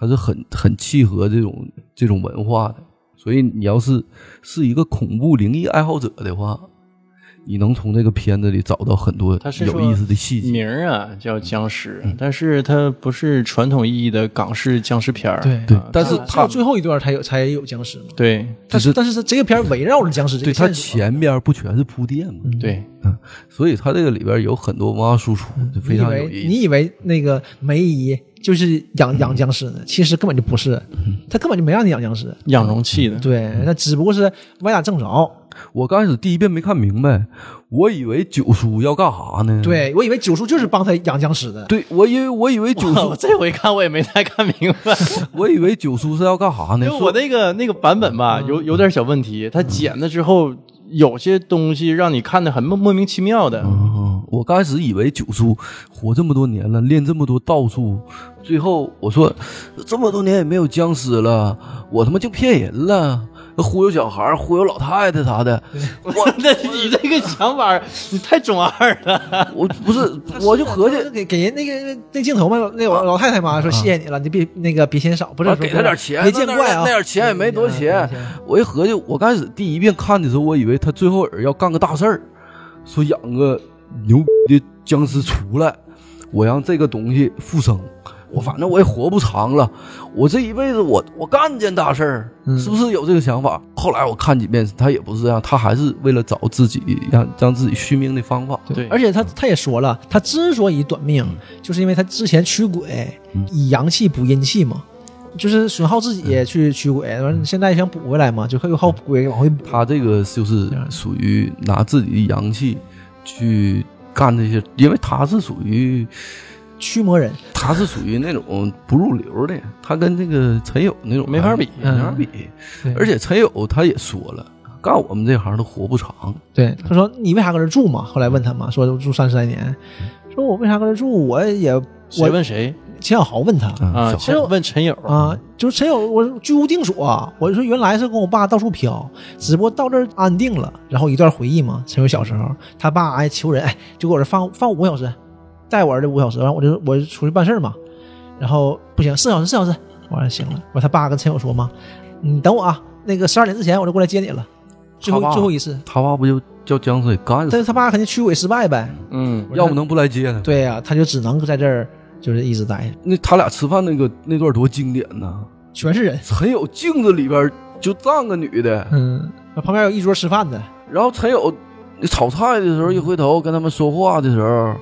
它是很很契合这种这种文化的。所以你要是是一个恐怖灵异爱好者的话，你能从这个片子里找到很多
它是
有
说
意思的细
*laughs*
节。
名儿啊叫僵尸，但是它不是传统意义的港式僵尸片儿。
对
对
啊
但是
它
只有最后一段才有才有僵尸嘛。
对
但
就是
是但是这个片儿围绕着僵尸这
对
个
它
线索，
前边不全是铺垫吗？
嗯
对，
所以它这个里边有很多文化输出，就非
你以
常有
为
意
嗯
思。嗯
你以为那个梅姨就是养养僵尸呢，其实根本就
嗯
不是，她根本就没让你养僵尸，
养容器的。
对，她只不过是歪打正着，
我刚开始第一遍没看明白，我以为九叔要干啥呢？
对我以为九叔就是帮他养僵尸的，
对，我因为我以为九
我
叔，
这回看我也没太看明白，
我以为九叔是要干啥呢
因为？我
说
那个那个版本吧，有有点小问题，它剪了之后有些东西让你看的很莫莫名其妙的。
嗯，我刚开始以为九叔活这么多年了，练这么多道术，最后我说这么多年也没有僵尸了，我他妈就骗人了，忽悠小孩儿，忽悠老太太啥
*laughs*
的，
我那你这个想法你太中二了。
我不是，我就合计
就是给给人那个那镜头嘛，那老老太太嘛说谢谢你了，你别那个别嫌少，不是
我
说
啊给他点钱，
别见怪啊，
那点钱也没多少钱。我一合计，我刚开始第一遍看的时候，我以为他最后要干个大事儿，说养个牛逼的僵尸出来，我让这个东西复生。我反正我也活不长了，我这一辈子我我干件大事儿，是不是有这个想法？后来我看几遍，他也不是这样，他还是为了找自己让让自己续命的方法。
对
而且他他也说了，他之所以短命，就是因为他之前驱鬼，以阳气补阴气嘛，就是损耗自己去驱鬼，完了现在想补回来嘛，就又靠鬼往回补。
他这个就是属于拿自己的阳气去干这些，因为他是属于
驱魔人，
他是属于那种不入流的，他跟那个陈友那种啊
没法比嗯
没法比。而且陈友他也说了，干我们这行都活不长。
对，他说你为啥搁这住嘛？后来问他嘛，说住三十来年，说我为啥搁这住？我也
谁问谁
钱小豪问他，
啊？
小
其实问陈友
啊，就是陈友，我居无定所、我说原来是跟我爸到处飘，只不过到这儿安定了。然后一段回忆嘛，陈友小时候，他爸哎求人，哎就给我这放放五个小时，带我儿子五个小时，完我就我就出去办事儿嘛。然后不行，四小时四小时，我说行了。我说他爸跟陈友说嘛，你等我啊，那个十二点之前我就过来接你了，最后
好吧
最后一次。
他爸不就叫僵尸给干
但
死，
是他爸肯定驱鬼失败呗，
嗯，
要不能不来接呢？
对呀、他就只能在这儿就是一直待着，
那他俩吃饭那个那段多经典呐！
全是人。
陈友镜子里边就站个女的，
嗯，旁边有一桌吃饭的，
然后陈友炒菜的时候一回头跟他们说话的时候，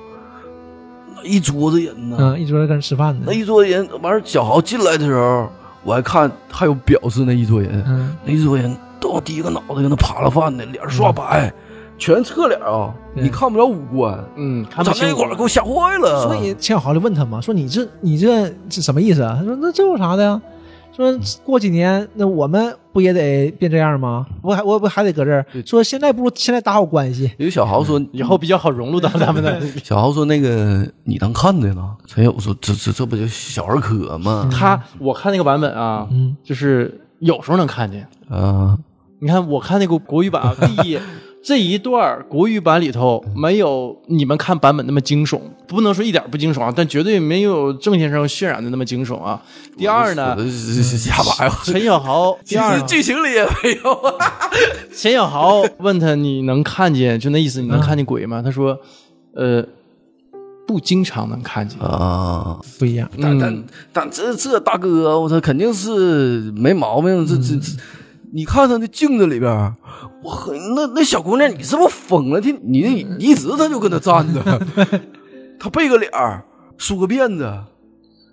那一桌子人呐。
嗯，一桌跟人吃饭的
那，一桌人完事儿，小豪进来的时候，我还看还有表示那一桌人，
嗯。
那一桌人都低个脑袋跟那扒拉饭呢，脸刷白，嗯全侧脸啊，
对
你看不着五官。
嗯，看
长
不
那
清
一管儿给我吓坏了。
所以钱小豪就问他嘛，说你这你这这什么意思啊？他说那这有啥的呀？
嗯
说过几年那我们不也得变这样吗？我还我不还得搁这儿？说现在不如现在打好关系，
有小豪说，
以后比较好融入到咱们的。
小豪说那个你能看见呢？陈友说这这这不就小儿科吗？
*laughs* 他我看那个版本啊，就是有时候能看见。
啊，
你看我看那个国语版啊，第一这一段儿国语版里头没有你们看版本那么惊悚，不能说一点儿不惊悚啊，但绝对没有郑先生渲染的那么惊悚啊。第二呢
我，这这这瞎白话。
陈小豪，第
其
二
实
呢
剧情里也没有啊。
陈小豪问他你能看见，就那意思你能看见鬼吗？他说，呃，不经常能看见。
啊，
不一样。
但但但这这大哥，我操，肯定是没毛病。这这这，你看他那镜子里边儿，我很那那小姑娘，你是不是疯了？你你你一直他就跟那站着，他背个脸儿，梳个辫子，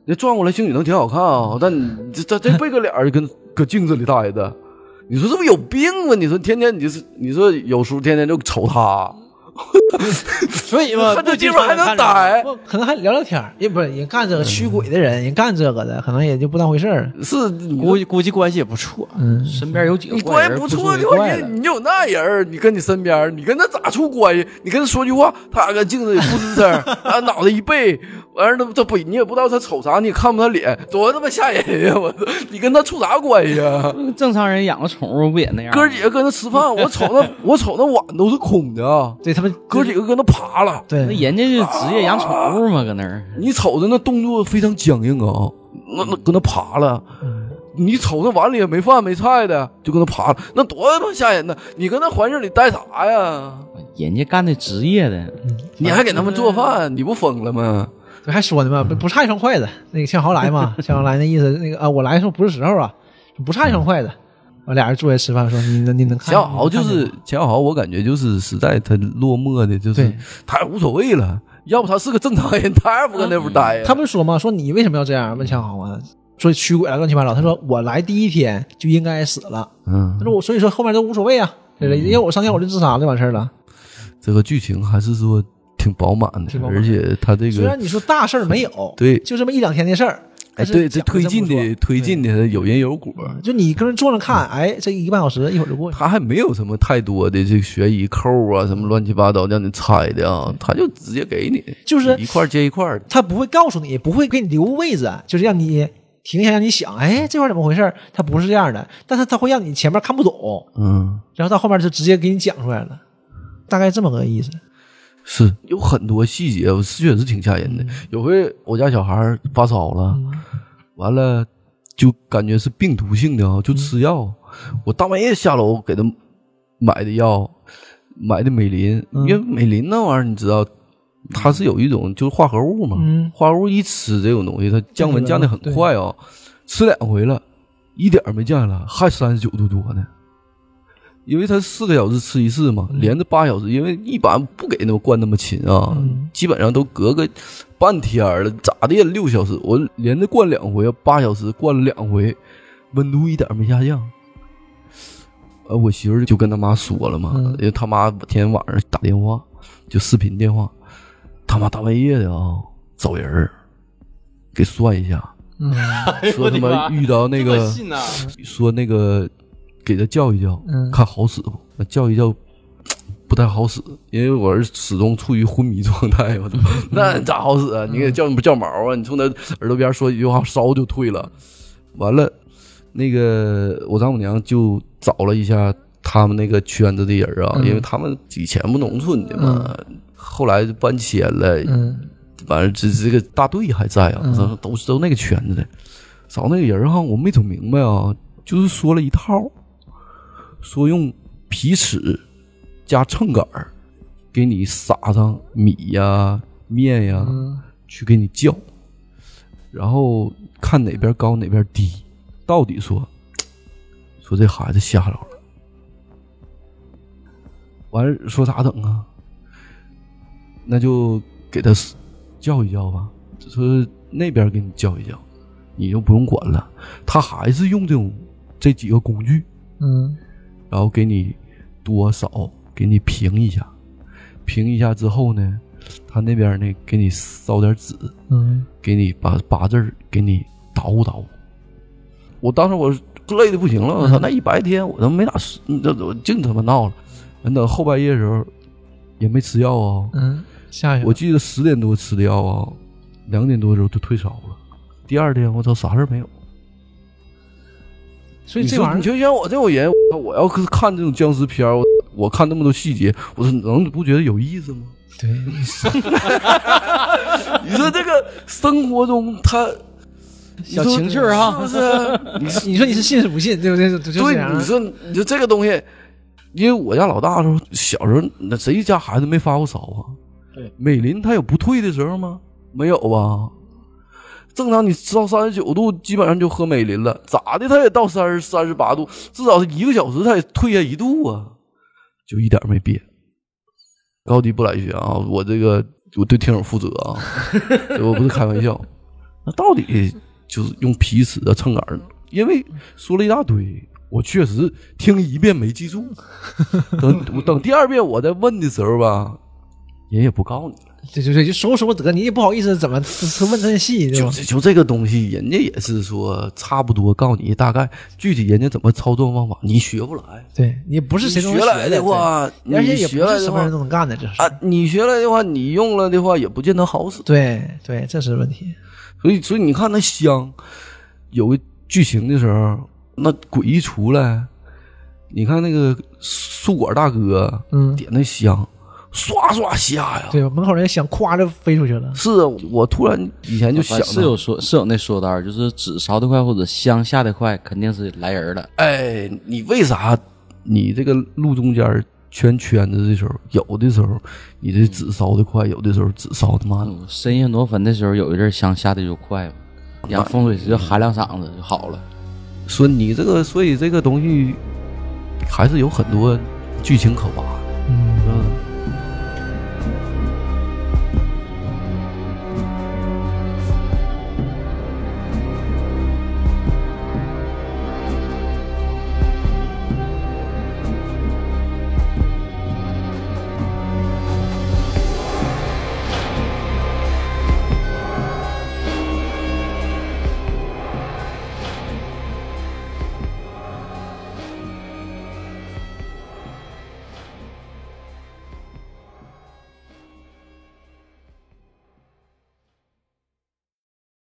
那转过来兴许能挺好看啊。但你这这这背个脸儿就跟搁镜子里待着，你说这不有病吗？你说天天你是你说有时候天天就瞅他，
所以嘛，
他这
不经
地
常
方还能
看着
逮。
不可能还聊聊天儿，也不是人干这个驱鬼的
嗯
人，人干这个的，可能也就不当回事儿。
是
估计估计关系也不错。
嗯，
身边有几个
你
坏
关
人
系
不
不
出
错
为
的
怪
话，
的
你你有那人儿，你跟你身边儿，你跟他咋处关系？你跟他说句话，他俩搁镜子里不吱声儿，啊，脑袋一背，完事儿他他不，你也不知道他瞅啥，你也看不他脸，多他妈吓人呀！我操，你跟他处啥关系啊？
*laughs* 正常人养个宠物不也那样吗？
哥几个搁那吃饭，我瞅那我瞅那碗都是空的啊，
对他们
哥几个搁那爬了，
对
那人家就职业养宠物嘛，搁那儿。
你瞅着那动作非常僵硬啊，那那搁那爬了。
嗯
你瞅那碗里也没饭没菜的，就搁那爬了，那多他妈吓人呐！你搁那环境里待啥呀？
人家干的职业的，
你还给他们做饭，你不疯了吗？
对还说呢嘛，不不差一双筷子。那个钱小豪来
*laughs*
嘛，钱小豪来那意思，那个啊，我来的时候不是时候啊，不差一双筷子。我俩人坐下吃饭，说你能你能看
钱嗯小豪就
你能看见
是钱小豪，我感觉就是实在他落寞的，就是
对
他也无所谓了。要不他是个正常人，嗯他也不搁那屋待呀。
他不是说吗？说你为什么要这样？问强豪啊，说驱鬼啊，乱七八糟。他说我来第一天就应该死了。
嗯
他说我所以说后面都无所谓啊。对吧因为我上吊我就自杀就完事儿了。
这个剧情还是说挺饱满的，
挺饱满
而且它这
虽
个哎
然你说大事儿没有，
对
就这么一两天的事儿，
哎，
但是
对这
讲
推
得真
进
不错
的推进的有因有果，
就你跟人坐着看，哎，这一个半小时一会儿就过去了。
他还没有什么太多的这个悬疑扣啊，什么乱七八糟让你猜的啊，他就直接给你，
就是
一块儿接一块儿的。
他不会告诉你，不会给你留位置，就是让你停下，让你想，哎，这块儿怎么回事儿？他不是这样的，但是他会让你前面看不懂，
嗯，
然后到后面就直接给你讲出来了，大概这么个意思。
是有很多细节，我是确实挺吓人的。有回我家小孩儿发烧了，
嗯
完了就感觉是病毒性的啊，就吃药。我大半夜下楼给他买的药，买的美林，因为美林那玩意儿你知道。它是有一种就是化合物嘛，
嗯
化合物一吃这种东西，它降温降的很快啊、吃两回了，一点儿没降下来，还三十九度多呢。因为他四个小时吃一次嘛，连着八小时，因为一般不给那么灌那么勤啊，基本上都隔个半天儿了，咋的也六小时，我连着灌两回，啊八小时灌了两回，温度一点儿没下降。呃，我媳妇儿就跟他妈说了嘛，因为他妈天天晚上打电话，就视频电话，他妈大半夜的啊、找人儿给算一下，
嗯
说他妈遇到那个说那个给他叫一叫，
嗯
看好使不？那叫一叫不太好使，因为我儿子始终处于昏迷状态，我都 *laughs* 那咋好使啊？你给叫不叫毛啊？你冲他耳朵边说一句话，烧就退了。完了，那个我丈母娘就找了一下他们那个圈子的人啊，因为他们以前不农村的嘛，后来就搬迁了，
嗯
反正这这个大队还在啊，都都是都那个圈子的。找那个人哈，我没整明白啊，就是说了一套，说用皮尺加秤杆儿给你撒上米呀、面呀、
嗯
去给你叫，然后看哪边高哪边低，到底说说这孩子吓着了。完了说咋整啊？那就给他叫一叫吧，就说那边给你叫一叫，你就不用管了。他还是用这种这几个工具，
嗯
然后给你多少给你平一下，平一下之后呢，他那边呢给你烧点纸，
嗯
给你把八字儿给你捣鼓捣鼓。我当时我累的不行了，
嗯
我操！那一白天我他妈没咋睡，这我净他妈闹了。等后半夜的时候也没吃药啊、
嗯，下一个
我记得十点多吃的药啊，两点多的时候就退烧了。第二天我操，啥事儿没有。
所以
你
这
说
玩
你
意儿
就像我这种人，我操我要是看这种僵尸片儿我我看那么多细节，我说能不觉得有
*laughs*
意思吗？
对，
你说这个生活中他
小情趣儿
啊
哈，
是不是？你
你说你是信是不信，对不对？就这样啊
对，你说你说这个东西，因为我家老大时候小时候，那谁家孩子没发过烧啊？
对，
美林他有不退的时候吗？没有吧？正常你到三十九度，基本上就喝美林了，咋的？他也到三十三十八度，至少是一个小时，他也退下一度啊，就一点儿没变。高低不来学啊！我这个我对听友负责啊，
*laughs*
我不是开玩笑。那到底就是用皮尺啊、秤杆儿，因为说了一大堆，我确实听一遍没记住。等我等第二遍我再问的时候吧，人也不告你了。
对对对，就说说得，你也不好意思怎么问这细，对啊
就
吧？
这就这个东西，人家也是说差不多告你大概具体人家怎么操作方法，你学不来。
对你不是谁都
你
能
学来
的
的，话，
对而且也
你
不
学来
是
的
什么
话
人都能干的，这是
啊，你学来的话，你用了的话也不见得好使。
对对，这是问题。
所以，所以你看那香，有个剧情的时候，那鬼一出来，你看那个素果大哥
嗯，
点那香，唰唰下呀。
对，门口人想夸就飞出去了。
是啊，我突然以前就想
反
到
正是有说是有那说道儿，就是纸烧得快或者香下得快，肯定是来人了。
哎，你为啥你这个路中间儿圈圈子的时候，有的时候你这纸烧的快，有的时候纸烧的慢。
嗯深夜挪坟的时候，有一阵儿香下的就快嘛，养风水师就喊两嗓子就好了。
说你这个，所以这个东西还是有很多剧情可挖的。
嗯